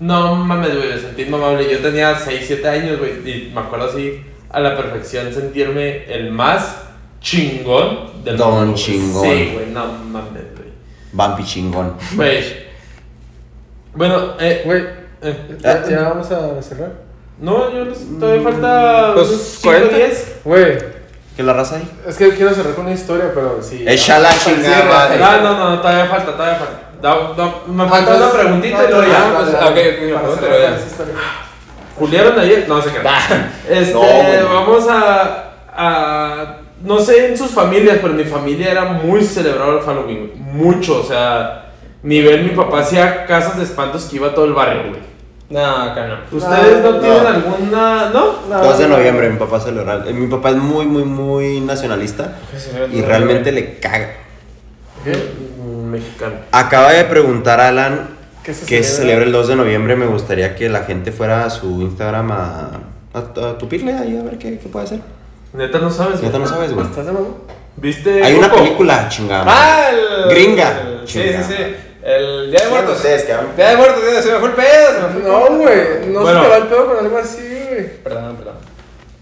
S1: No mames, güey, me sentí inmamable. Yo tenía 6, 7 años, güey, y me acuerdo así a la perfección sentirme el más chingón del
S3: Don
S1: mundo. güey.
S3: chingón.
S1: Sí, güey, no mames, güey.
S3: Vampi chingón.
S1: Güey. Bueno, eh, güey. eh,
S3: Ah,
S4: Ya, ya vamos a cerrar.
S1: no, yo les- todavía falta.
S2: Pues,
S1: unos cinco,
S2: 40.
S1: diez.
S4: Güey,
S3: ¿Qué la raza ahí?
S4: es que quiero cerrar con una historia, pero sí.
S3: Échala chingada madre.
S1: Ah, No, no, no, todavía falta, todavía falta. Da- da- me falta una preguntita y
S4: no,
S1: luego
S4: no,
S1: ya.
S4: no,
S2: pues,
S4: no,
S2: ok,
S4: Ah, no,
S2: ok,
S4: para
S2: otra
S4: cerrar
S2: vez.
S4: esa historia.
S1: ¿Juliaron ayer? No, se quedan. Este,
S3: Ah, No, güey.
S1: vamos a, a- No sé en sus familias, pero mi familia era muy celebrado el Halloween. güey. Mucho, o sea. Nivel, mi papá hacía casas de espantos que iba a todo el barrio, güey.
S2: No, acá no.
S1: ¿Ustedes no,
S4: no.
S1: tienen alguna.? ¿No?
S3: 2 de noviembre, mi papá celebra. eh, Mi papá es muy, muy, muy nacionalista. Y realmente le caga.
S1: Mm, Mexicano.
S3: Acaba de preguntar Alan
S4: ¿Qué se
S3: que se celebra
S4: celebra?
S3: el 2 de noviembre. Me gustaría que la gente fuera a su Instagram a, a, a tupirle ahí a ver qué, qué puede hacer.
S1: Neta no sabes.
S3: Ya te
S1: güey.
S3: no sabes, güey.
S4: ¿Estás de nuevo?
S1: ¿Viste?
S3: Hay una
S1: Coco?
S3: película chingada.
S2: Ah, el...
S3: Gringa.
S2: Sí, sí,
S3: Chingada.
S2: sí. El Día de Muertos.
S3: ustedes, cabrón.
S2: Día de Muertos, tío, se me fue el pedo, se me fue el pedo.
S4: No, güey, no
S1: Bueno.
S4: se te va el pedo con algo así, güey.
S2: Perdón, perdón.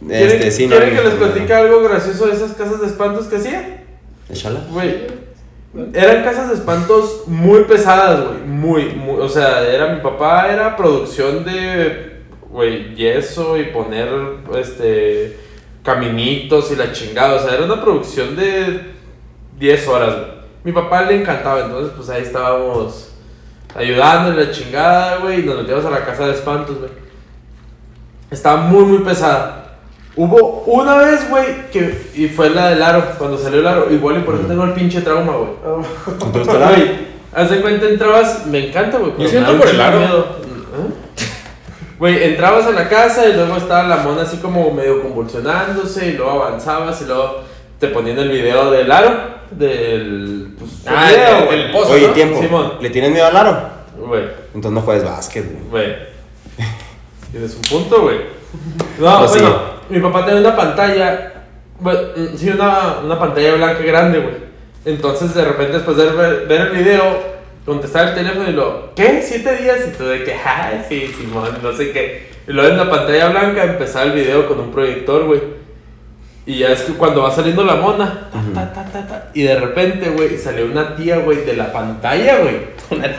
S1: ¿Quieren,
S3: Este, sí, no,
S1: quieren
S3: no,
S1: que les
S3: no, no.
S1: platique algo gracioso de esas casas de espantos que hacía?
S3: Échala.
S1: Güey, eran casas de espantos muy pesadas, güey. Muy, muy. O sea, era mi papá, era producción de, güey, yeso y poner, este, caminitos y la chingada. O sea, era una producción de 10 horas, güey. Mi papá le encantaba, entonces, pues ahí estábamos ayudando en la chingada, güey. Y nos metíamos a la casa de espantos, güey. Estaba muy, muy pesada. Hubo una vez, güey, que. Y fue la del aro, cuando salió el aro. Igual y por eso tengo el pinche trauma, güey.
S2: Ah,
S3: ¿Te gusta la-
S1: Güey, haz de cuenta, entrabas. Me encanta, güey. pero me
S2: siento
S1: da un
S2: por el aro.
S1: chingo de miedo. ¿Eh? Güey, entrabas a la casa y luego estaba la mona así como medio convulsionándose. Y luego avanzabas y luego te ponían el video del aro. Del. Pues,
S2: Ah, el-
S1: video,
S2: el-
S1: güey.
S2: el post.
S3: Oye,
S2: ¿no?
S3: tiempo.
S1: Simón.
S3: ¿Le tienes miedo al aro?
S1: Güey,
S3: Entonces no juegues básquet, güey.
S1: güey. Tienes un punto, güey. No,
S3: Pues sí.
S1: bueno, mi papá tenía una pantalla. Bueno, mm, sí, una, una pantalla blanca grande, güey. Entonces, de repente, después de ver, ver el video, contestar el teléfono y lo, ¿qué? ¿Siete días? Y tú de que, ay, sí, Simón, no sé qué. Y luego en la pantalla blanca empezaba el video con un proyector, güey. Y ya es que cuando va saliendo la mona, ta, ta, ta, ta, ta, y de repente, güey, salió una tía, güey, de la pantalla, güey. Una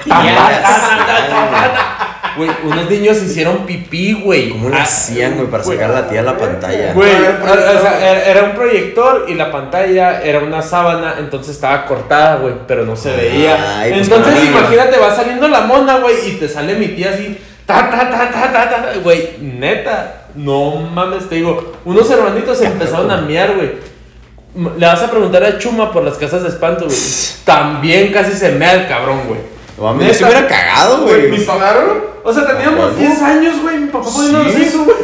S1: Güey, unos niños hicieron pipí, güey.
S3: ¿Cómo lo
S1: Ah,
S3: hacían, güey, para sacar a la tía a la pantalla?
S1: Güey,
S4: Era un proyector.
S1: o sea, era- era un proyector y la pantalla era una sábana, entonces estaba cortada, güey, pero no se veía.
S3: Ay, pues,
S1: entonces
S3: qué bonito.
S1: imagínate, va saliendo la mona, güey, y te sale mi tía así, ta, ta, ta, ta, ta, ta, ta, güey, neta, no mames, te digo, unos hermanitos se empezaron a miar, güey. M- Le vas a preguntar a Chuma por las casas de espanto, güey. También casi se mea el cabrón, güey.
S3: No mames, yo se
S1: Neta.
S3: hubiera cagado,
S1: Güey,
S3: güey.
S1: mis-
S4: ¿Pagaron?
S1: O sea, teníamos
S3: Ajá.
S1: 10 años, güey. Mi papá poniéndonos
S3: Sí.
S1: eso, güey.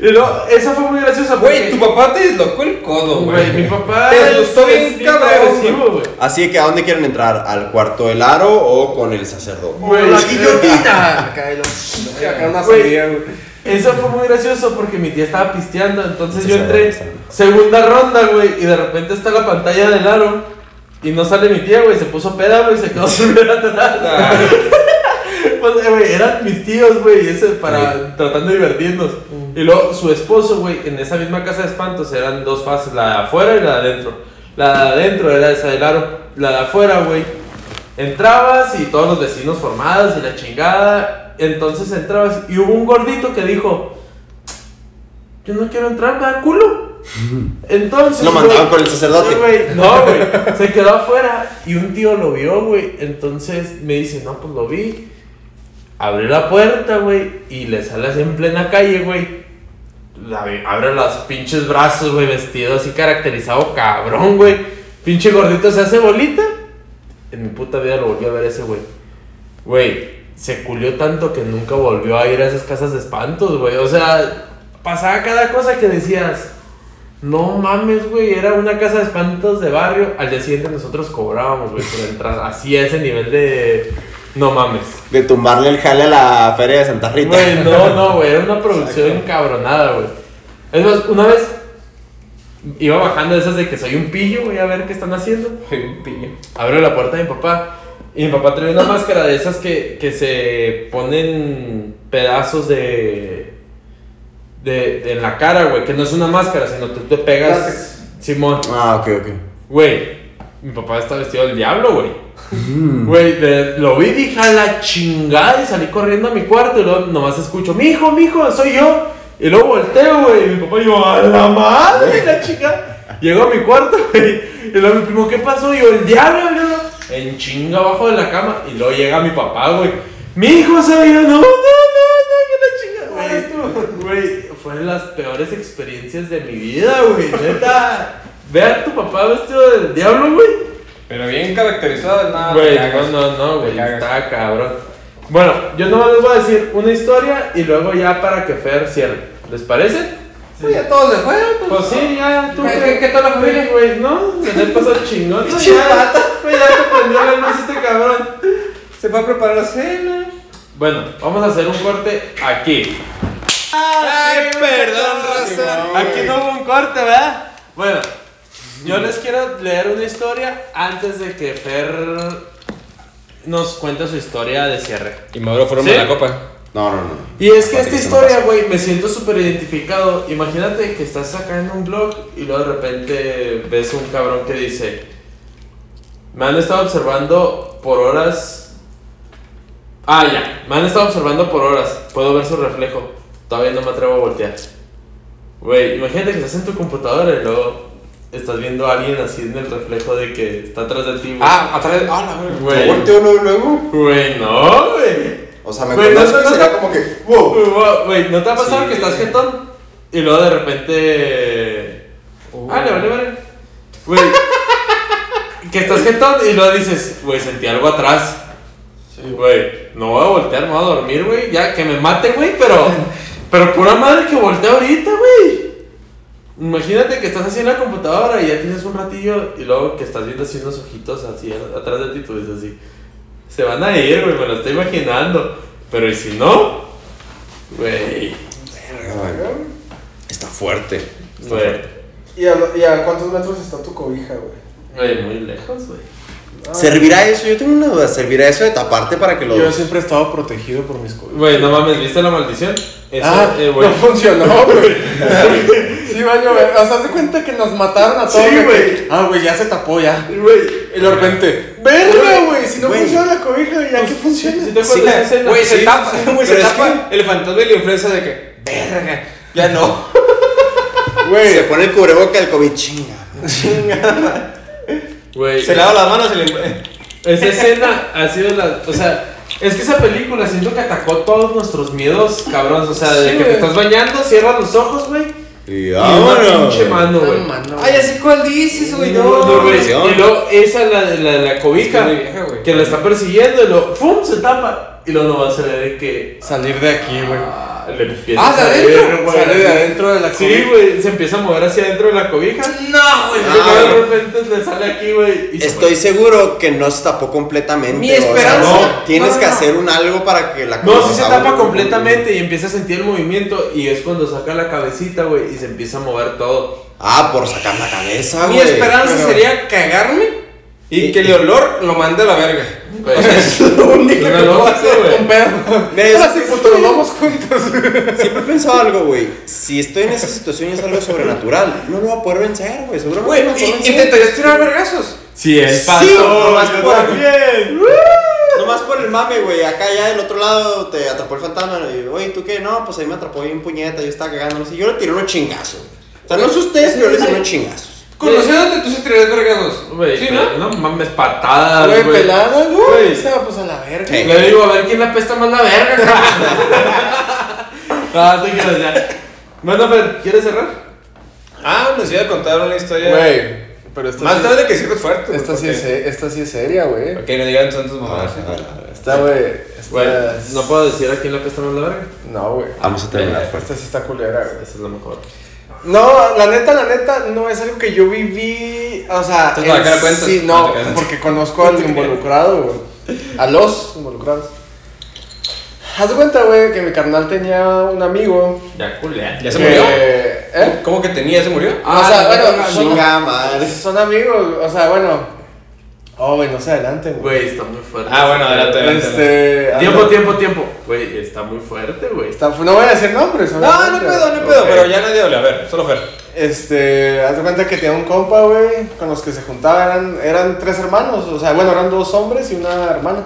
S1: Y luego, eso fue muy gracioso.
S2: Güey,
S1: porque-
S2: tu papá te deslocó el codo, güey.
S1: Güey, mi papá.
S2: Te
S1: es-
S2: asustó bien
S1: es
S2: cabrón,
S1: agresivo, güey.
S3: Así que, ¿a dónde quieren entrar? ¿Al cuarto del aro o con el sacerdote?
S1: Güey,
S4: La
S1: sí,
S4: guillotina. Acá hay los- acá una
S1: Güey.
S4: salida, güey.
S1: Eso fue muy gracioso porque mi tía estaba pisteando. Entonces
S3: Sí,
S1: yo
S3: sí,
S1: entré
S3: sí.
S1: segunda ronda, güey. Y de repente está la pantalla del aro. Y no sale mi tía, güey. Se puso peda, güey. y Se quedó dormida atrás.
S2: Ah,
S1: Pues, eh, güey, eran mis tíos, güey. y Ese para tratando de divertirnos. Y luego su esposo, güey, en esa misma casa de espantos eran dos fases: la de afuera y la de adentro. La de adentro era esa del aro. La de afuera, güey. Entrabas y todos los vecinos formados y la chingada. Entonces entrabas y hubo un gordito que dijo: Yo no quiero entrar, me da culo. Entonces.
S3: Lo mandaban
S1: güey,
S3: con el sacerdote.
S1: güey, no, güey. Se quedó afuera y un tío lo vio, güey. Entonces me dice: No, pues lo vi. Abrió la puerta, güey. Y le sale así en plena calle, güey. La ve- Abre los pinches brazos, güey. Vestido así caracterizado, cabrón, güey. Pinche gordito se hace bolita. En mi puta vida lo volví a ver ese güey. Güey, se culió tanto que nunca volvió a ir a esas casas de espantos, güey. O sea, pasaba cada cosa que decías. No mames, güey, era una casa de espantos de barrio. Al día siguiente nosotros cobrábamos, güey, por entrar. Así a ese nivel de... No mames.
S3: De tumbarle el jale a la feria de Santa Rita.
S1: Güey, no, no, güey, era una producción encabronada, güey. Es más, una vez iba bajando de esas de que soy un pillo, güey, a ver qué están haciendo.
S2: Soy un pillo.
S1: Abro la puerta de mi papá y mi papá trae una máscara de esas que, que se ponen pedazos de, de, de en la cara, güey, que no es una máscara, sino tú te pegas, Simón.
S3: Ah, ok, ok.
S1: Güey, mi papá está vestido del diablo, güey. Güey, de- lo vi, dije a la chingada y salí corriendo a mi cuarto y luego nomás escucho, mijo, mijo, soy yo. Y luego volteo, güey, y mi papá y yo, a la madre, la chica. Llego a mi cuarto, güey, y luego mi primo, ¿qué pasó? Y yo, el diablo, bro. En chinga abajo de la cama y luego llega mi papá, güey. Mi hijo se yo, no, no, no, no, que la chingada. Güey, güey, fue de las peores experiencias de mi vida, güey, neta. Ve a tu papá vestido del diablo, güey.
S2: Pero bien caracterizado, nada.
S1: Güey,
S2: te
S1: no,
S2: cagas.
S1: no, no,
S2: Te
S1: güey,
S2: cagas.
S1: está cabrón. Bueno, yo nomás les voy a decir una historia y luego ya para que Fer cierre. ¿Les parece?
S2: Pues ya todos se fueron.
S1: Pues sí, ya tú
S2: ¿Qué-
S1: crees
S2: qué- qué tal la familia?
S1: güey, ¿no? Se le pasó chingón. ¿no? Ya, güey, ya te prendió la luz este cabrón.
S2: Se va a preparar la cena.
S1: Bueno, vamos a hacer un corte aquí.
S2: Ay, perdón,
S3: raza.
S1: Aquí no hubo un corte, ¿verdad? Bueno, yo les quiero leer una historia antes de que Fer nos cuente su historia de cierre.
S2: Y Maduro fueron
S1: ¿Sí?
S2: a la copa.
S3: No, no, no.
S1: Y es que
S3: Para
S1: esta
S3: se me
S1: historia,
S3: pase.
S1: güey, me siento súper identificado. Imagínate que estás acá en un blog y luego de repente ves un cabrón que dice, me han estado observando por horas... Ah, ya, me han estado observando por horas. Puedo ver su reflejo. Todavía no me atrevo a voltear. Güey, imagínate que estás en tu computadora y luego estás viendo a alguien así en el reflejo de que está atrás de ti. güey.
S2: Ah, atrás de. Ah, la verga.
S1: güey.
S3: ¿Lo volteo luego, luego?
S1: Güey, no, güey.
S3: O sea, me
S1: Güey,
S3: conozco
S1: no,
S3: y
S1: no,
S3: sería
S1: no.
S3: como que. wow.
S1: Uy, guau, Güey, ¿no te ha pasado
S3: Sí.
S1: que estás jetón? Y luego de repente. Ah, le vale, vale. Güey. que estás jetón y luego dices, güey, sentí algo atrás. Güey, no voy a voltear, me voy a dormir, güey. Ya que me mate, güey, pero. Pero pura madre que voltea ahorita, güey. Imagínate que estás así en la computadora y ya tienes un ratillo y luego que estás viendo así unos ojitos así a- atrás de ti, tú dices así. Se van a ir, güey, me lo estoy imaginando. Pero ¿y si no? Güey.
S3: Ay, Está fuerte.
S1: Güey.
S4: ¿Y a, lo- y a cuántos metros está tu cobija, güey?
S1: Güey, muy lejos, güey.
S4: Ah,
S3: ¿Servirá eso? Yo tengo una duda. ¿Servirá eso de taparte para que los.
S4: Yo siempre he estado protegido por mis cobijas.
S1: Güey, no mames, ¿viste la maldición? Eso,
S4: ah,
S1: eh, güey.
S4: no funcionó, güey. sí, va a llover. O sea, haz de cuenta que nos mataron a
S1: Sí,
S4: todos. de que,
S1: güey.
S4: Ah, güey, ya se tapó, ya.
S1: Güey.
S4: Y de repente, ¡verga, güey! Si no
S3: Güey.
S4: funciona la cobija, ¿ya qué funciona?
S1: Pues ¿Sí te acuerdas de esa escena?
S2: Güey, se
S1: Sí,
S2: tapa.
S1: sí,
S2: Güey, se
S3: Pero es
S2: tapa. El fantasma y la influenza de que. Verga. Ya no.
S3: Se
S4: Güey,
S3: pone el cubreboca del COVID. Chinga.
S1: sí. Güey.
S2: Se lava las manos y le.
S1: Esa escena ha sido la. O sea, es que esa película siento que atacó todos nuestros miedos, cabrón. O sea, de que te estás bañando, cierras los ojos, güey. Y
S3: Y
S1: una pinche
S3: vámonos.
S4: Ah,
S1: mano, güey.
S2: Ay, así cuál dices, güey.
S1: No,
S2: No,
S1: güey.
S3: Maldición.
S1: Y luego esa la de la, la
S2: Es
S1: cobija
S2: que es muy vieja, güey.
S1: que la está persiguiendo y luego ¡fum! se tapa. Y luego no va a salir de que.
S4: salir de aquí, güey.
S1: ah, le empieza
S2: Ah,
S1: a
S2: ¿de
S1: salir,
S2: adentro?
S1: güey.
S4: Sale de adentro de la
S1: Sí,
S4: cobija.
S1: güey, se empieza a mover hacia adentro de la cobija.
S2: No, güey.
S1: Y luego
S3: güey.
S1: de repente le sale aquí, güey. y se
S3: Ah. Estoy seguro que no se tapó completamente.
S2: Mi
S3: o sea,
S2: esperanza.
S3: no, tienes
S2: No,
S3: que
S2: no, no.
S3: hacer un algo para que la
S1: No,
S3: cosa
S1: sí se
S3: abra.
S1: tapa completamente y empieza a sentir el movimiento y es cuando saca la cabecita, güey, y se empieza a mover todo.
S3: Ah, por sacar la cabeza,
S2: Mi
S3: güey.
S2: esperanza sería cagarme y que el olor lo mande a la verga.
S1: Güey, es una lógica, güey.
S4: Un pedo.
S3: Mira, yo
S4: Ahora sí, puto, nos vamos juntos.
S3: Siempre he pensado algo, güey. Si estoy en esa situación y es algo sobrenatural, no lo voy a poder vencer, güey. Seguramente
S2: Güey,
S3: no lo voy a
S2: ¿y-
S3: poder vencer.
S2: ¿intentarías tirar vergazos?
S1: Sí, él
S3: Sí,
S1: pasó.
S3: nomás
S1: yo
S3: por-
S1: también.
S3: Nomás por el mame, güey. Acá ya del otro lado te atrapó el fantasma. Y, oye, ¿tú qué? No, pues ahí me atrapó bien puñeta. Yo estaba cagando. No sé. Yo le tiré unos chingazos. O sea, no sé ustedes, pero le tiré unos chingazos.
S2: Conociéndote, tú sí tirarías vergazos.
S1: Güey,
S2: ¿Sí,
S1: pero
S2: no?
S1: no mames, patadas,
S4: Güey,
S1: güey.
S4: pelada,
S1: Güey.
S4: güey. Se va pues a la verga.
S3: Sí.
S1: Le digo, a ver quién le apesta más la verga, cabrón. No, te quiero ya. Bueno, Fer, ¿quieres cerrar?
S2: Ah, les iba a contar una historia.
S4: Güey, Pero esta
S2: Más
S4: sí-
S2: tarde que Secret Fuerte.
S4: Esta sí, es, esta sí es seria, güey.
S2: Ok, no digan tantos
S3: A ver,
S2: mamadas.
S3: a ver, a ver.
S4: Esta, güey. Esta...
S1: Bueno, no puedo decir a quién la pesta más la verga.
S4: No, güey.
S3: Vamos a terminar fuerte.
S4: Esta sí está culera, güey.
S1: Esa es la mejor.
S4: No, la neta, la neta, no es algo que yo viví. O sea,
S2: Entonces, ¿para
S4: en
S2: qué la cuentas?
S4: sí,
S2: Ah,
S4: no,
S2: te quedas.
S4: porque conozco al involucrado, güey. A los involucrados. Haz de cuenta, güey, que mi carnal tenía un amigo.
S1: Ya culea.
S2: ¿Ya se
S4: que-
S2: murió?
S4: ¿Eh?
S2: ¿Cómo que tenía? ¿Se murió?
S1: Ah,
S4: o sea, bueno,
S3: Chinga madre.
S4: son amigos, o sea, bueno. Oh, güey, no se adelante, güey.
S1: Güey, está muy fuerte.
S2: Ah, bueno, adelante, adelante. adelante.
S4: Este.
S1: Tiempo, tiempo, tiempo. Güey, está muy fuerte, güey.
S4: Está- no voy a decir nombres,
S2: No, no
S4: obviamente.
S2: puedo, no puedo,
S1: Ok.
S2: pero ya nadie habla. A ver, solo Fer.
S4: Este, haz de cuenta que tenía un compa, güey, con los que se juntaban, eran, eran tres hermanos, o sea, bueno, eran dos hombres y una hermana.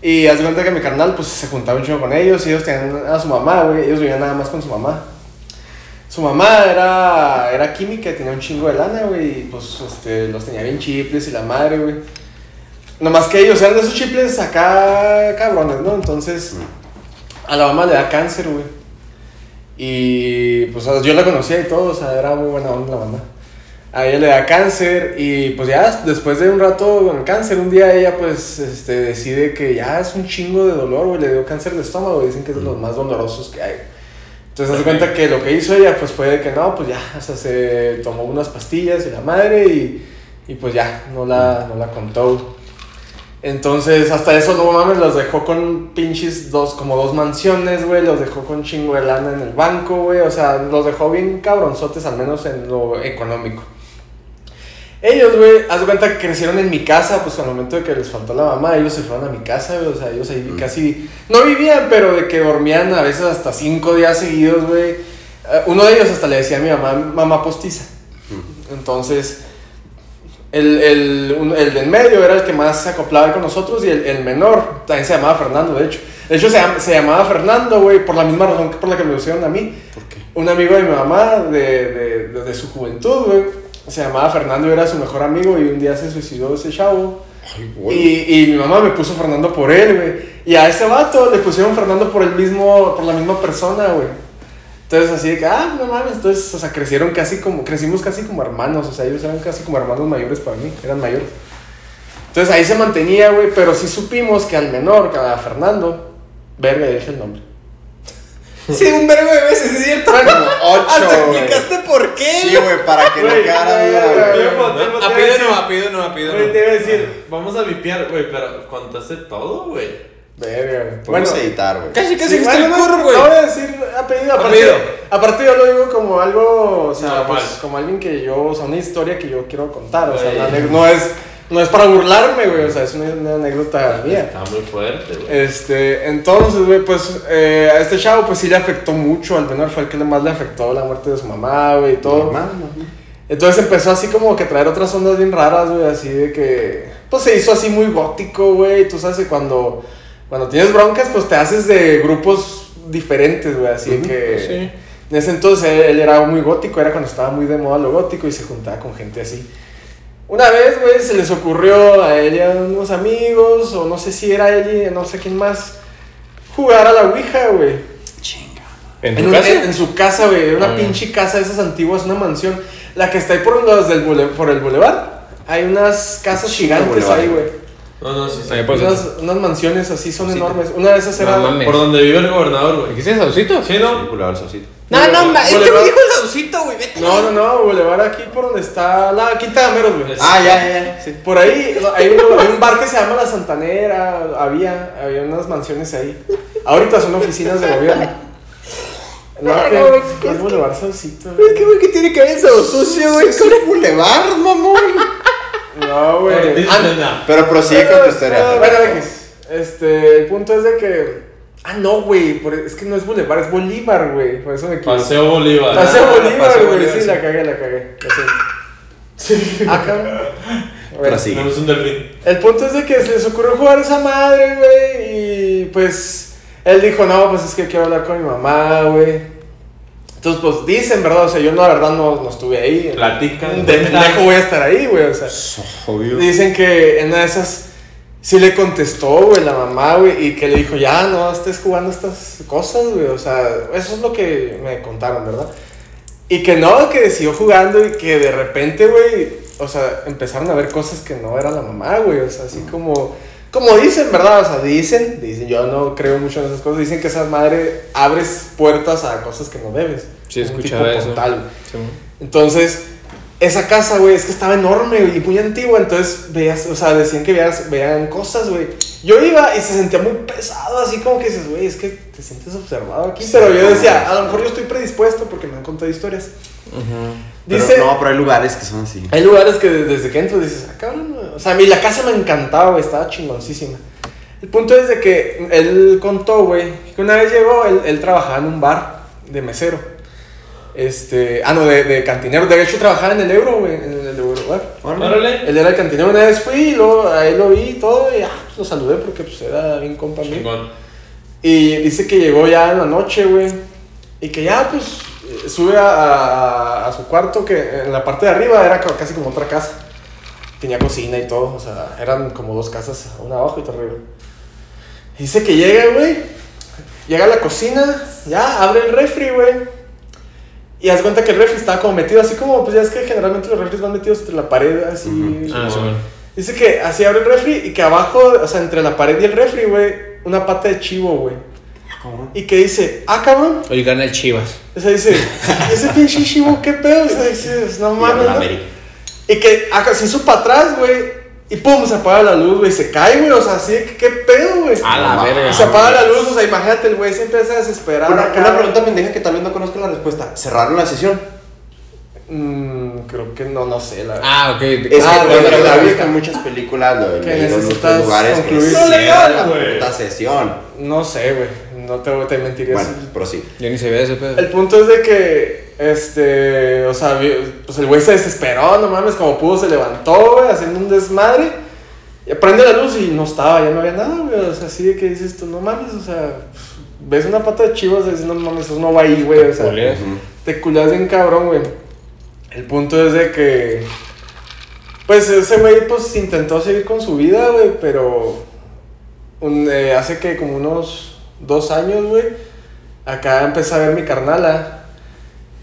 S4: Y haz de cuenta que mi carnal, pues, se juntaba un chingo con ellos, y ellos tenían a su mamá, güey, ellos vivían nada más con su mamá. Su mamá era, era química, tenía un chingo de lana, güey, y pues, este, los tenía bien chiples y la madre, güey. Nomás que ellos eran de esos chiples acá, cabrones, ¿no? Entonces, a la mamá le da cáncer, güey. Y pues o sea, yo la conocía y todo, o sea, era muy buena onda la banda. A ella le da cáncer y pues ya después de un rato con el cáncer, un día ella pues este, decide que ya es un chingo de dolor, güey, le dio cáncer de estómago, dicen que es de los más dolorosos que hay. Entonces se cuenta que lo que hizo ella pues fue de que no, pues ya, o sea, se tomó unas pastillas y la madre y, y pues ya, no la, no la contó. Entonces, hasta eso, no mames, los dejó con pinches dos, como dos mansiones, güey, los dejó con chingo de lana en el banco, güey, o sea, los dejó bien cabronzotes, al menos en lo económico. Ellos, güey, haz de cuenta que crecieron en mi casa, pues al momento de que les faltó la mamá, ellos se fueron a mi casa, güey, o sea, ellos ahí casi, no vivían, pero de que dormían a veces hasta cinco días seguidos, güey. Eh, Uno de ellos hasta le decía a mi mamá, mamá postiza. Entonces, el, el, un- el de en medio era el que más se acoplaba con nosotros y el, el menor también se llamaba Fernando, de hecho. De hecho, se, llam- se llamaba Fernando, güey, por la misma razón que por la que me pusieron a mí. Un amigo de mi mamá, de, de, de- de su juventud, güey, se llamaba Fernando y era su mejor amigo y un día se suicidó ese chavo. Y, y mi mamá me puso Fernando por él, güey. Y a ese vato le pusieron Fernando por el mismo, por la misma persona, güey. Entonces así de que, ah, no mames, entonces, o sea, crecieron casi como, crecimos casi como hermanos, o sea, ellos eran casi como hermanos mayores para mí, eran mayores. Entonces ahí se mantenía, güey, pero sí supimos que al menor, que a Fernando, verga, ya dije el nombre.
S2: Sí, un verbo de veces, es cierto.
S4: Bueno,
S3: Hasta
S2: Hasta
S3: explicaste
S2: explicaste por qué.
S3: Sí, güey, para que no
S1: Güey,
S3: quedara
S4: güey,
S3: duda, güey.
S1: Tiempo, tiempo, te iba a
S2: Apellido
S1: decir-
S2: no, apellido no, apellido
S1: Güey, te
S2: no.
S1: iba a decir, vamos a vipiar, güey, pero contaste todo, güey.
S4: verga, güey.
S3: Podemos editar, güey.
S2: Casi, casi
S4: sí,
S2: que está
S4: bueno,
S2: el
S4: no-
S2: curro, güey.
S4: No voy a decir apellido, aparte,
S2: Apellido.
S4: aparte yo lo digo como algo, o sea,
S1: Normal.
S4: pues, como alguien que yo, o sea, una historia que yo quiero contar, o sea,
S1: Güey.
S4: la ane- no es, no es para burlarme, güey, o sea, es una, una anécdota mía.
S1: Está muy fuerte, güey.
S4: Este, entonces, güey, pues eh, a este chavo, pues sí le afectó mucho. Al menor fue el que más le afectó la muerte de su mamá, güey, y todo. Entonces empezó así como que a traer otras ondas bien raras, güey, así de que. Pues se hizo así muy gótico, güey. Tú sabes que cuando, cuando tienes broncas, pues te haces de grupos diferentes, güey, así de que. En ese entonces él, él era muy gótico, era cuando estaba muy de moda lo gótico y se juntaba con gente así. Una vez, güey, se les ocurrió a él y a unos amigos, o no sé si era él y no sé quién más, jugar a la Ouija, güey.
S2: ¿En
S4: En,
S2: tu
S4: un-
S2: casa?
S4: en- en su casa, güey, una
S2: Ah.
S4: pinche casa de esas antiguas, una mansión. La que está ahí por, los del bule- por el bulevar. Hay unas casas gigantes
S3: bulevar.
S4: ahí, güey.
S1: No, no, sí, sí.
S2: Ahí puedes-
S4: Unas, unas mansiones así son enormes. Una de esas era...
S2: Pues, No mames.
S1: Por donde vive el gobernador, güey.
S5: ¿Dijiste Saucito?
S1: Sí,
S3: Sí,
S1: ¿no?
S3: culo, al socito.
S5: No, no, ma- es que me
S1: Boulevard.
S5: dijo el Saucito, güey, vete.
S4: no, no, no, bulevar aquí por donde está la Quinta de Ameros, güey.
S3: Ah, ya, ya, ya. Sí.
S4: Por ahí hay un, hay un bar que se llama La Santanera, había, había unas mansiones ahí. Ahorita son oficinas de gobierno. No,
S5: No,
S4: que-
S5: no, es
S4: es
S5: que-
S4: Boulevard Saucito,
S5: Es
S4: güey.
S5: que, güey, que tiene que ver el Saucio, güey.
S3: Es un bulevar, mamón.
S4: No, güey.
S1: Ortiz
S4: Ah,
S1: Mena.
S3: Pero prosigue con tu
S4: Ah,
S3: historia.
S4: Bueno, X. Este, el punto es de que. Ah, no, güey. por- Es que no es Boulevard, es Bolívar, güey. Por eso me equivoqué.
S1: Paseo Bolívar.
S4: Paseo
S2: Ah,
S4: Bolívar,
S2: Paseo
S4: güey.
S2: Bolívar,
S4: Sí,
S2: sí.
S4: la cagué, la cagué. Lo siento. Ah, cabrón. Bueno,
S3: Prosigue.
S1: Tenemos un delfín.
S4: el punto es de que se les ocurrió jugar esa madre, güey. Y pues él dijo, no, pues es que quiero hablar con mi mamá, güey. Entonces, pues dicen, ¿verdad? O sea, yo no, la verdad no, no estuve ahí.
S1: Platican.
S4: De pendejo voy a estar ahí, güey. O sea.
S3: Obvio.
S4: Dicen que en una de esas sí le contestó, güey, la mamá, güey, y que le dijo, ya, no estés jugando estas cosas, güey, o sea, eso es lo que me contaron, ¿verdad? Y que no, que siguió jugando y que de repente, güey, o sea, empezaron a ver cosas que no era la mamá, güey. O sea, así como, como dicen, ¿verdad? O sea, dicen, dicen, yo no creo mucho en esas cosas. Dicen que esa madre abres puertas a cosas que no debes.
S2: Sí, he
S4: Un
S2: escuchado
S4: tipo
S2: eso.
S4: portal, güey.
S2: Simón.
S4: Entonces, esa casa, güey, es que estaba enorme güey, y muy antigua. Entonces, veías, o sea, decían que veías, veían cosas, güey. Yo iba y se sentía muy pesado, así como que dices, güey, es que te sientes observado aquí. Pero yo decía, a lo mejor yo estoy predispuesto porque me han contado historias.
S3: Pero
S4: Dice,
S3: no, pero hay lugares que son así.
S4: hay lugares que de- desde que entro dices, ah, cabrón, güey. o sea, a mí la casa me encantaba, güey, estaba chingoncísima. El punto es de que él contó, güey, que una vez llegó, él, él trabajaba en un bar de mesero. Este, ah, no, de, de cantinero. De hecho, trabajaba en el Euro, güey, en el Eurobar.
S1: Órale.
S4: Él era el cantinero, una vez fui y luego ahí lo vi y todo, y ah, pues, lo saludé porque pues era bien compa mío.
S1: Chingón.
S4: Y dice que llegó ya en la noche, güey. Y que ya, pues, eh, sube a, a- a su cuarto, que en la parte de arriba era ca- casi como otra casa. Tenía cocina y todo, o sea, eran como dos casas, una abajo y otra arriba. Y dice que llega, güey. Llega a la cocina, ya, abre el refri, güey. Y haz cuenta que el refri estaba como metido, así como, pues ya es que generalmente los refris van metidos entre la pared, así.
S1: Ah, Simón.
S4: Dice que así abre el refri y que abajo, o sea, entre la pared y el refri, güey, una pata de chivo, güey. Y que dice, ah, cabrón.
S2: Hoy gana el Chivas.
S4: O sea, dice, ese pinche chivo, qué pedo. O sea, dices, no mames.
S3: la
S4: ¿no?
S3: América.
S4: Y que acá se hizo para atrás, güey. Y pum, se apaga la luz, güey. Se cae, güey. O sea, así, de que qué pedo, güey.
S2: A la verga.
S4: Y se apaga la luz, o sea, imagínate, el güey se empieza a desesperar.
S3: Una,
S4: acá.
S3: una pregunta pendeja que tal vez no conozco la respuesta. ¿Cerraron la sesión?
S4: Mm, creo que no, no sé, la verdad.
S2: Ah, ok.
S3: Es que
S4: Ah, güey,
S3: cuando
S4: pero
S3: la
S4: la
S3: visto
S4: vista.
S3: en muchas películas, lo he
S4: Que
S3: leído en otros
S4: necesitas
S3: lugares que
S4: concluir.
S1: No
S3: cierran
S1: legal,
S3: la
S1: güey.
S3: puta sesión.
S4: No sé, güey. No te, te mentiría.
S3: Bueno,
S4: si-
S3: pero sí.
S2: Yo ni sabía ese pedo.
S4: El punto es de que, este, o sea, vi- pues el güey se desesperó, no mames, como pudo, se levantó, güey, haciendo un desmadre. Y prende la luz y no estaba, ya no había nada, güey. O sea, así de que dices tú, no mames, o sea, ves una pata de chivo, o sea, dices, no mames, eso no va ahí, güey. O sea,
S2: Culeas.
S4: te culas bien cabrón, güey. El punto es de que. Pues ese güey, pues intentó seguir con su vida, güey, pero. un, eh, hace que como unos dos años, güey. Acá empecé a ver mi carnala.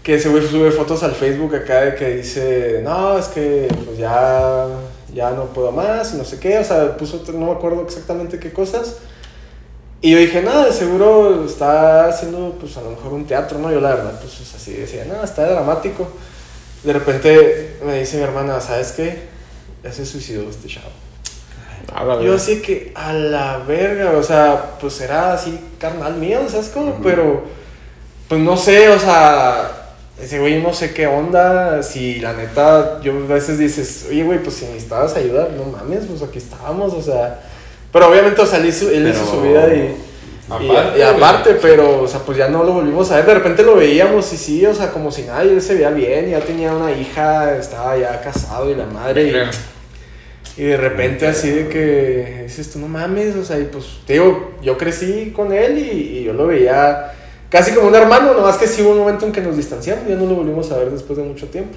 S4: Que ese güey sube fotos al Facebook acá de que dice: No, es que pues ya. Ya no puedo más y no sé qué. O sea, puso. otro- No me acuerdo exactamente qué cosas. Y yo dije, nada, de seguro está haciendo, pues a lo mejor un teatro, ¿no? Yo la verdad, pues, pues, así decía, nada, está dramático. De repente me dice mi hermana, ¿sabes qué? Ya se suicidó este chavo.
S2: A la
S4: Yo
S2: verga.
S4: así que, a la verga, o sea, pues era así carnal mío, ¿sabes cómo? Pero, pues no sé, o sea, ese güey no sé qué onda, si la neta, yo a veces dices, oye, güey, pues si necesitabas ayudar, no mames, pues aquí estábamos, o sea. Pero obviamente, o sea, él hizo, él hizo
S3: Pero-
S4: su vida y... Y-
S1: Aparte,
S4: y, aparte, pero, o sea, pues ya no lo volvimos a ver. De repente lo veíamos y sí, o sea, como si nada, y él se veía bien, ya tenía una hija, estaba ya casado y la madre. Y, y de repente así de que dices tú, no mames, o sea, y pues, te digo, yo crecí con él y, y yo lo veía casi como un hermano, nomás que sí hubo un momento en que nos distanciamos, ya no lo volvimos a ver después de mucho tiempo.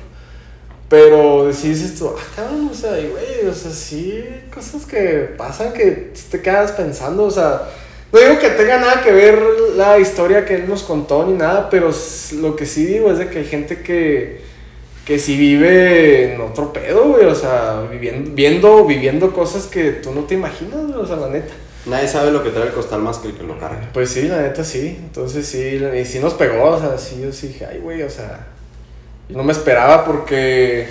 S4: Pero decís esto, ah, cabrón, o sea, y güey, o sea, sí, cosas que pasan que sí te quedas pensando, o sea, no digo que tenga nada que ver la historia que él nos contó ni nada, pero s- lo que sí digo es de que hay gente que, que sí vive en otro pedo, güey, o sea, viviendo, viendo, viviendo cosas que tú no te imaginas, güey, o sea, la neta.
S3: Nadie sabe lo que trae el costal más que el que lo carga.
S4: Pues sí, la neta sí. Entonces sí, la- y sí nos pegó, o sea, sí, yo sí dije, ay, güey, o sea, no me esperaba porque,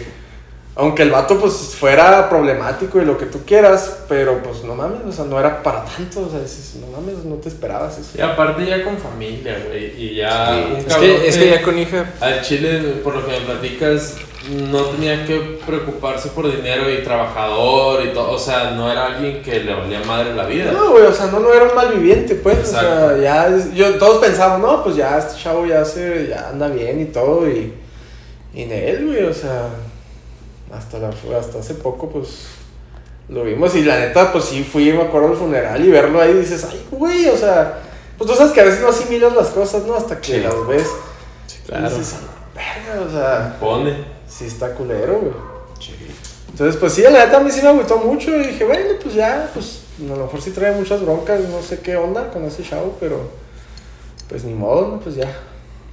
S4: aunque el vato pues fuera problemático y lo que tú quieras, pero pues no mames, o sea, no era para tanto, o sea, dices, no mames, no te esperabas
S1: Y
S4: eso.
S1: aparte ya con familia, güey. Y ya.
S3: Sí.
S1: un
S2: Es
S1: cabrón
S2: que, es que ya con hija.
S1: Al Chile, por lo que me platicas, no tenía que preocuparse por dinero y trabajador y todo. O sea, no era alguien que le valía madre la vida.
S4: No, güey, o sea, no, no era un malviviente, pues, o
S1: Exacto.
S4: sea, ya, es- yo, todos pensamos, no, pues ya, este chavo ya se, ya anda bien y todo, y, y en él, güey, o sea, hasta, la, hasta hace poco, pues, lo vimos, y la neta, pues sí, fui, me acuerdo al funeral, y verlo ahí, dices, ay, güey, o sea, pues tú sabes que a veces no asimilas las cosas, ¿no? Hasta que
S3: Sí.
S4: las ves,
S2: Claro.
S4: y dices, "A la verga, o sea,
S1: Pone.
S4: sí está culero, güey. Entonces, pues sí, la neta a mí sí me agüitó mucho. Y dije, bueno, pues ya, pues a lo mejor sí trae muchas broncas, no sé qué onda con ese chavo, pero pues ni modo, ¿no? pues ya,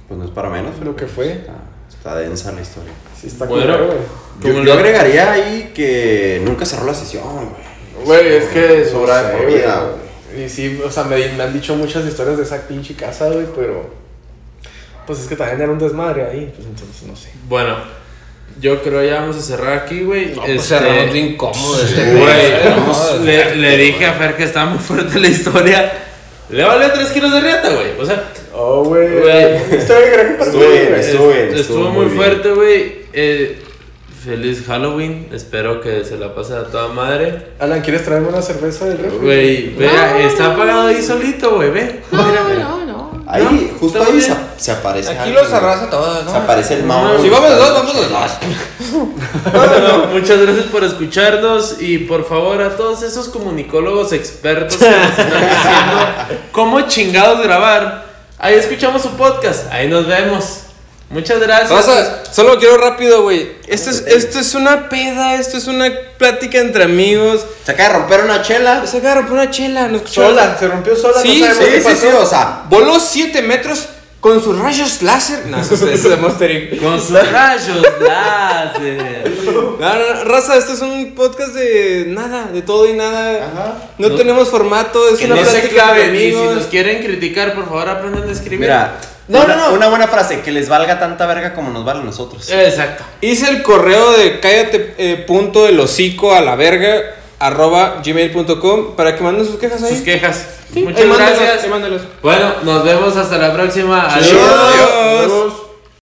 S3: Pues no es para menos.
S4: lo que fue.
S3: Está, está Está densa la historia.
S4: Sí, está
S1: Bueno.
S4: culero, güey.
S3: Yo,
S1: Como
S3: yo
S1: el-
S3: agregaría ahí que nunca cerró la sesión, güey.
S4: Güey, es que
S3: Es hora
S4: no
S3: de
S4: sé,
S3: por vida, güey.
S4: Y sí, o sea, me, me han dicho muchas historias de esa pinche casa, güey, pero. Pues es que también era un desmadre ahí, pues entonces no sé.
S1: Bueno, yo creo ya vamos a cerrar aquí, güey.
S6: No, pues
S1: Este,
S6: cerramos bien incómodo este
S1: güey,
S6: pedo,
S1: vamos,
S6: ¿no?
S1: le, le dije a Fer que estaba muy fuerte la historia. Le valió 3 kilos de riata, güey. O sea,
S4: Oh, güey.
S1: Güey.
S4: Historia que creo que pasó,
S3: Estuvo bien,
S4: güey.
S3: Estuvo bien,
S1: est-
S3: estuvo
S1: estuvo
S3: muy
S1: muy
S3: bien.
S1: fuerte, güey. Eh, feliz Halloween. Espero que se la pase a toda madre.
S4: Alan, ¿quieres traerme una cerveza del refri?
S1: Güey, vea, está apagado ahí solito, güey. Ve. Mira, mira.
S6: No, no.
S3: Ahí,
S1: No,
S3: justo
S1: está
S3: ahí
S1: bien.
S3: se, se aparece.
S6: Aquí
S3: alguien,
S6: los
S3: güey.
S6: abrazo a todos, ¿no?
S3: Se aparece el mao.
S6: Si vamos los dos,
S3: vamos los dos.
S1: Bueno, muchas gracias por escucharnos y por favor a todos esos comunicólogos expertos que nos están diciendo cómo chingados grabar. Ahí escuchamos su podcast, ahí nos vemos. Muchas gracias.
S2: Raza, solo quiero rápido, güey. Esto es, esto es una peda, esto es una plática entre amigos.
S3: Se acaba de romper una chela.
S2: Se agarra por una chela, nos escuchamos.
S4: Sola, se rompió sola,
S2: Sí,
S4: no
S3: Sí,
S4: sabemos qué
S3: sí, sí,
S4: pasó.
S3: o sea.
S2: Voló 7 metros con sus rayos láser. No, eso es, eso es de Monster Inc.
S1: Con sus rayos láser.
S2: No, no, no, raza, esto es un podcast de nada, de todo y nada.
S3: Ajá.
S2: No, tenemos formato, es
S1: Que
S2: una
S1: no se
S2: plática de
S1: claven. Y si
S2: amigos.
S1: nos quieren criticar, por favor aprendan a escribir.
S3: Mira.
S2: No,
S3: una,
S2: no, no.
S3: Una buena frase, que les valga tanta verga como nos vale a nosotros.
S1: Exacto.
S2: Hice el correo de cállate eh, punto el hocico a la verga arroba gmail.com para que manden sus quejas ahí.
S1: Sus quejas.
S2: Sí,
S1: Muchas
S2: ahí mándenos,
S1: gracias.
S2: ahí mándenos.
S1: Bueno, nos vemos hasta la próxima.
S3: Chido.
S1: Adiós.
S2: Adiós.
S4: Adiós.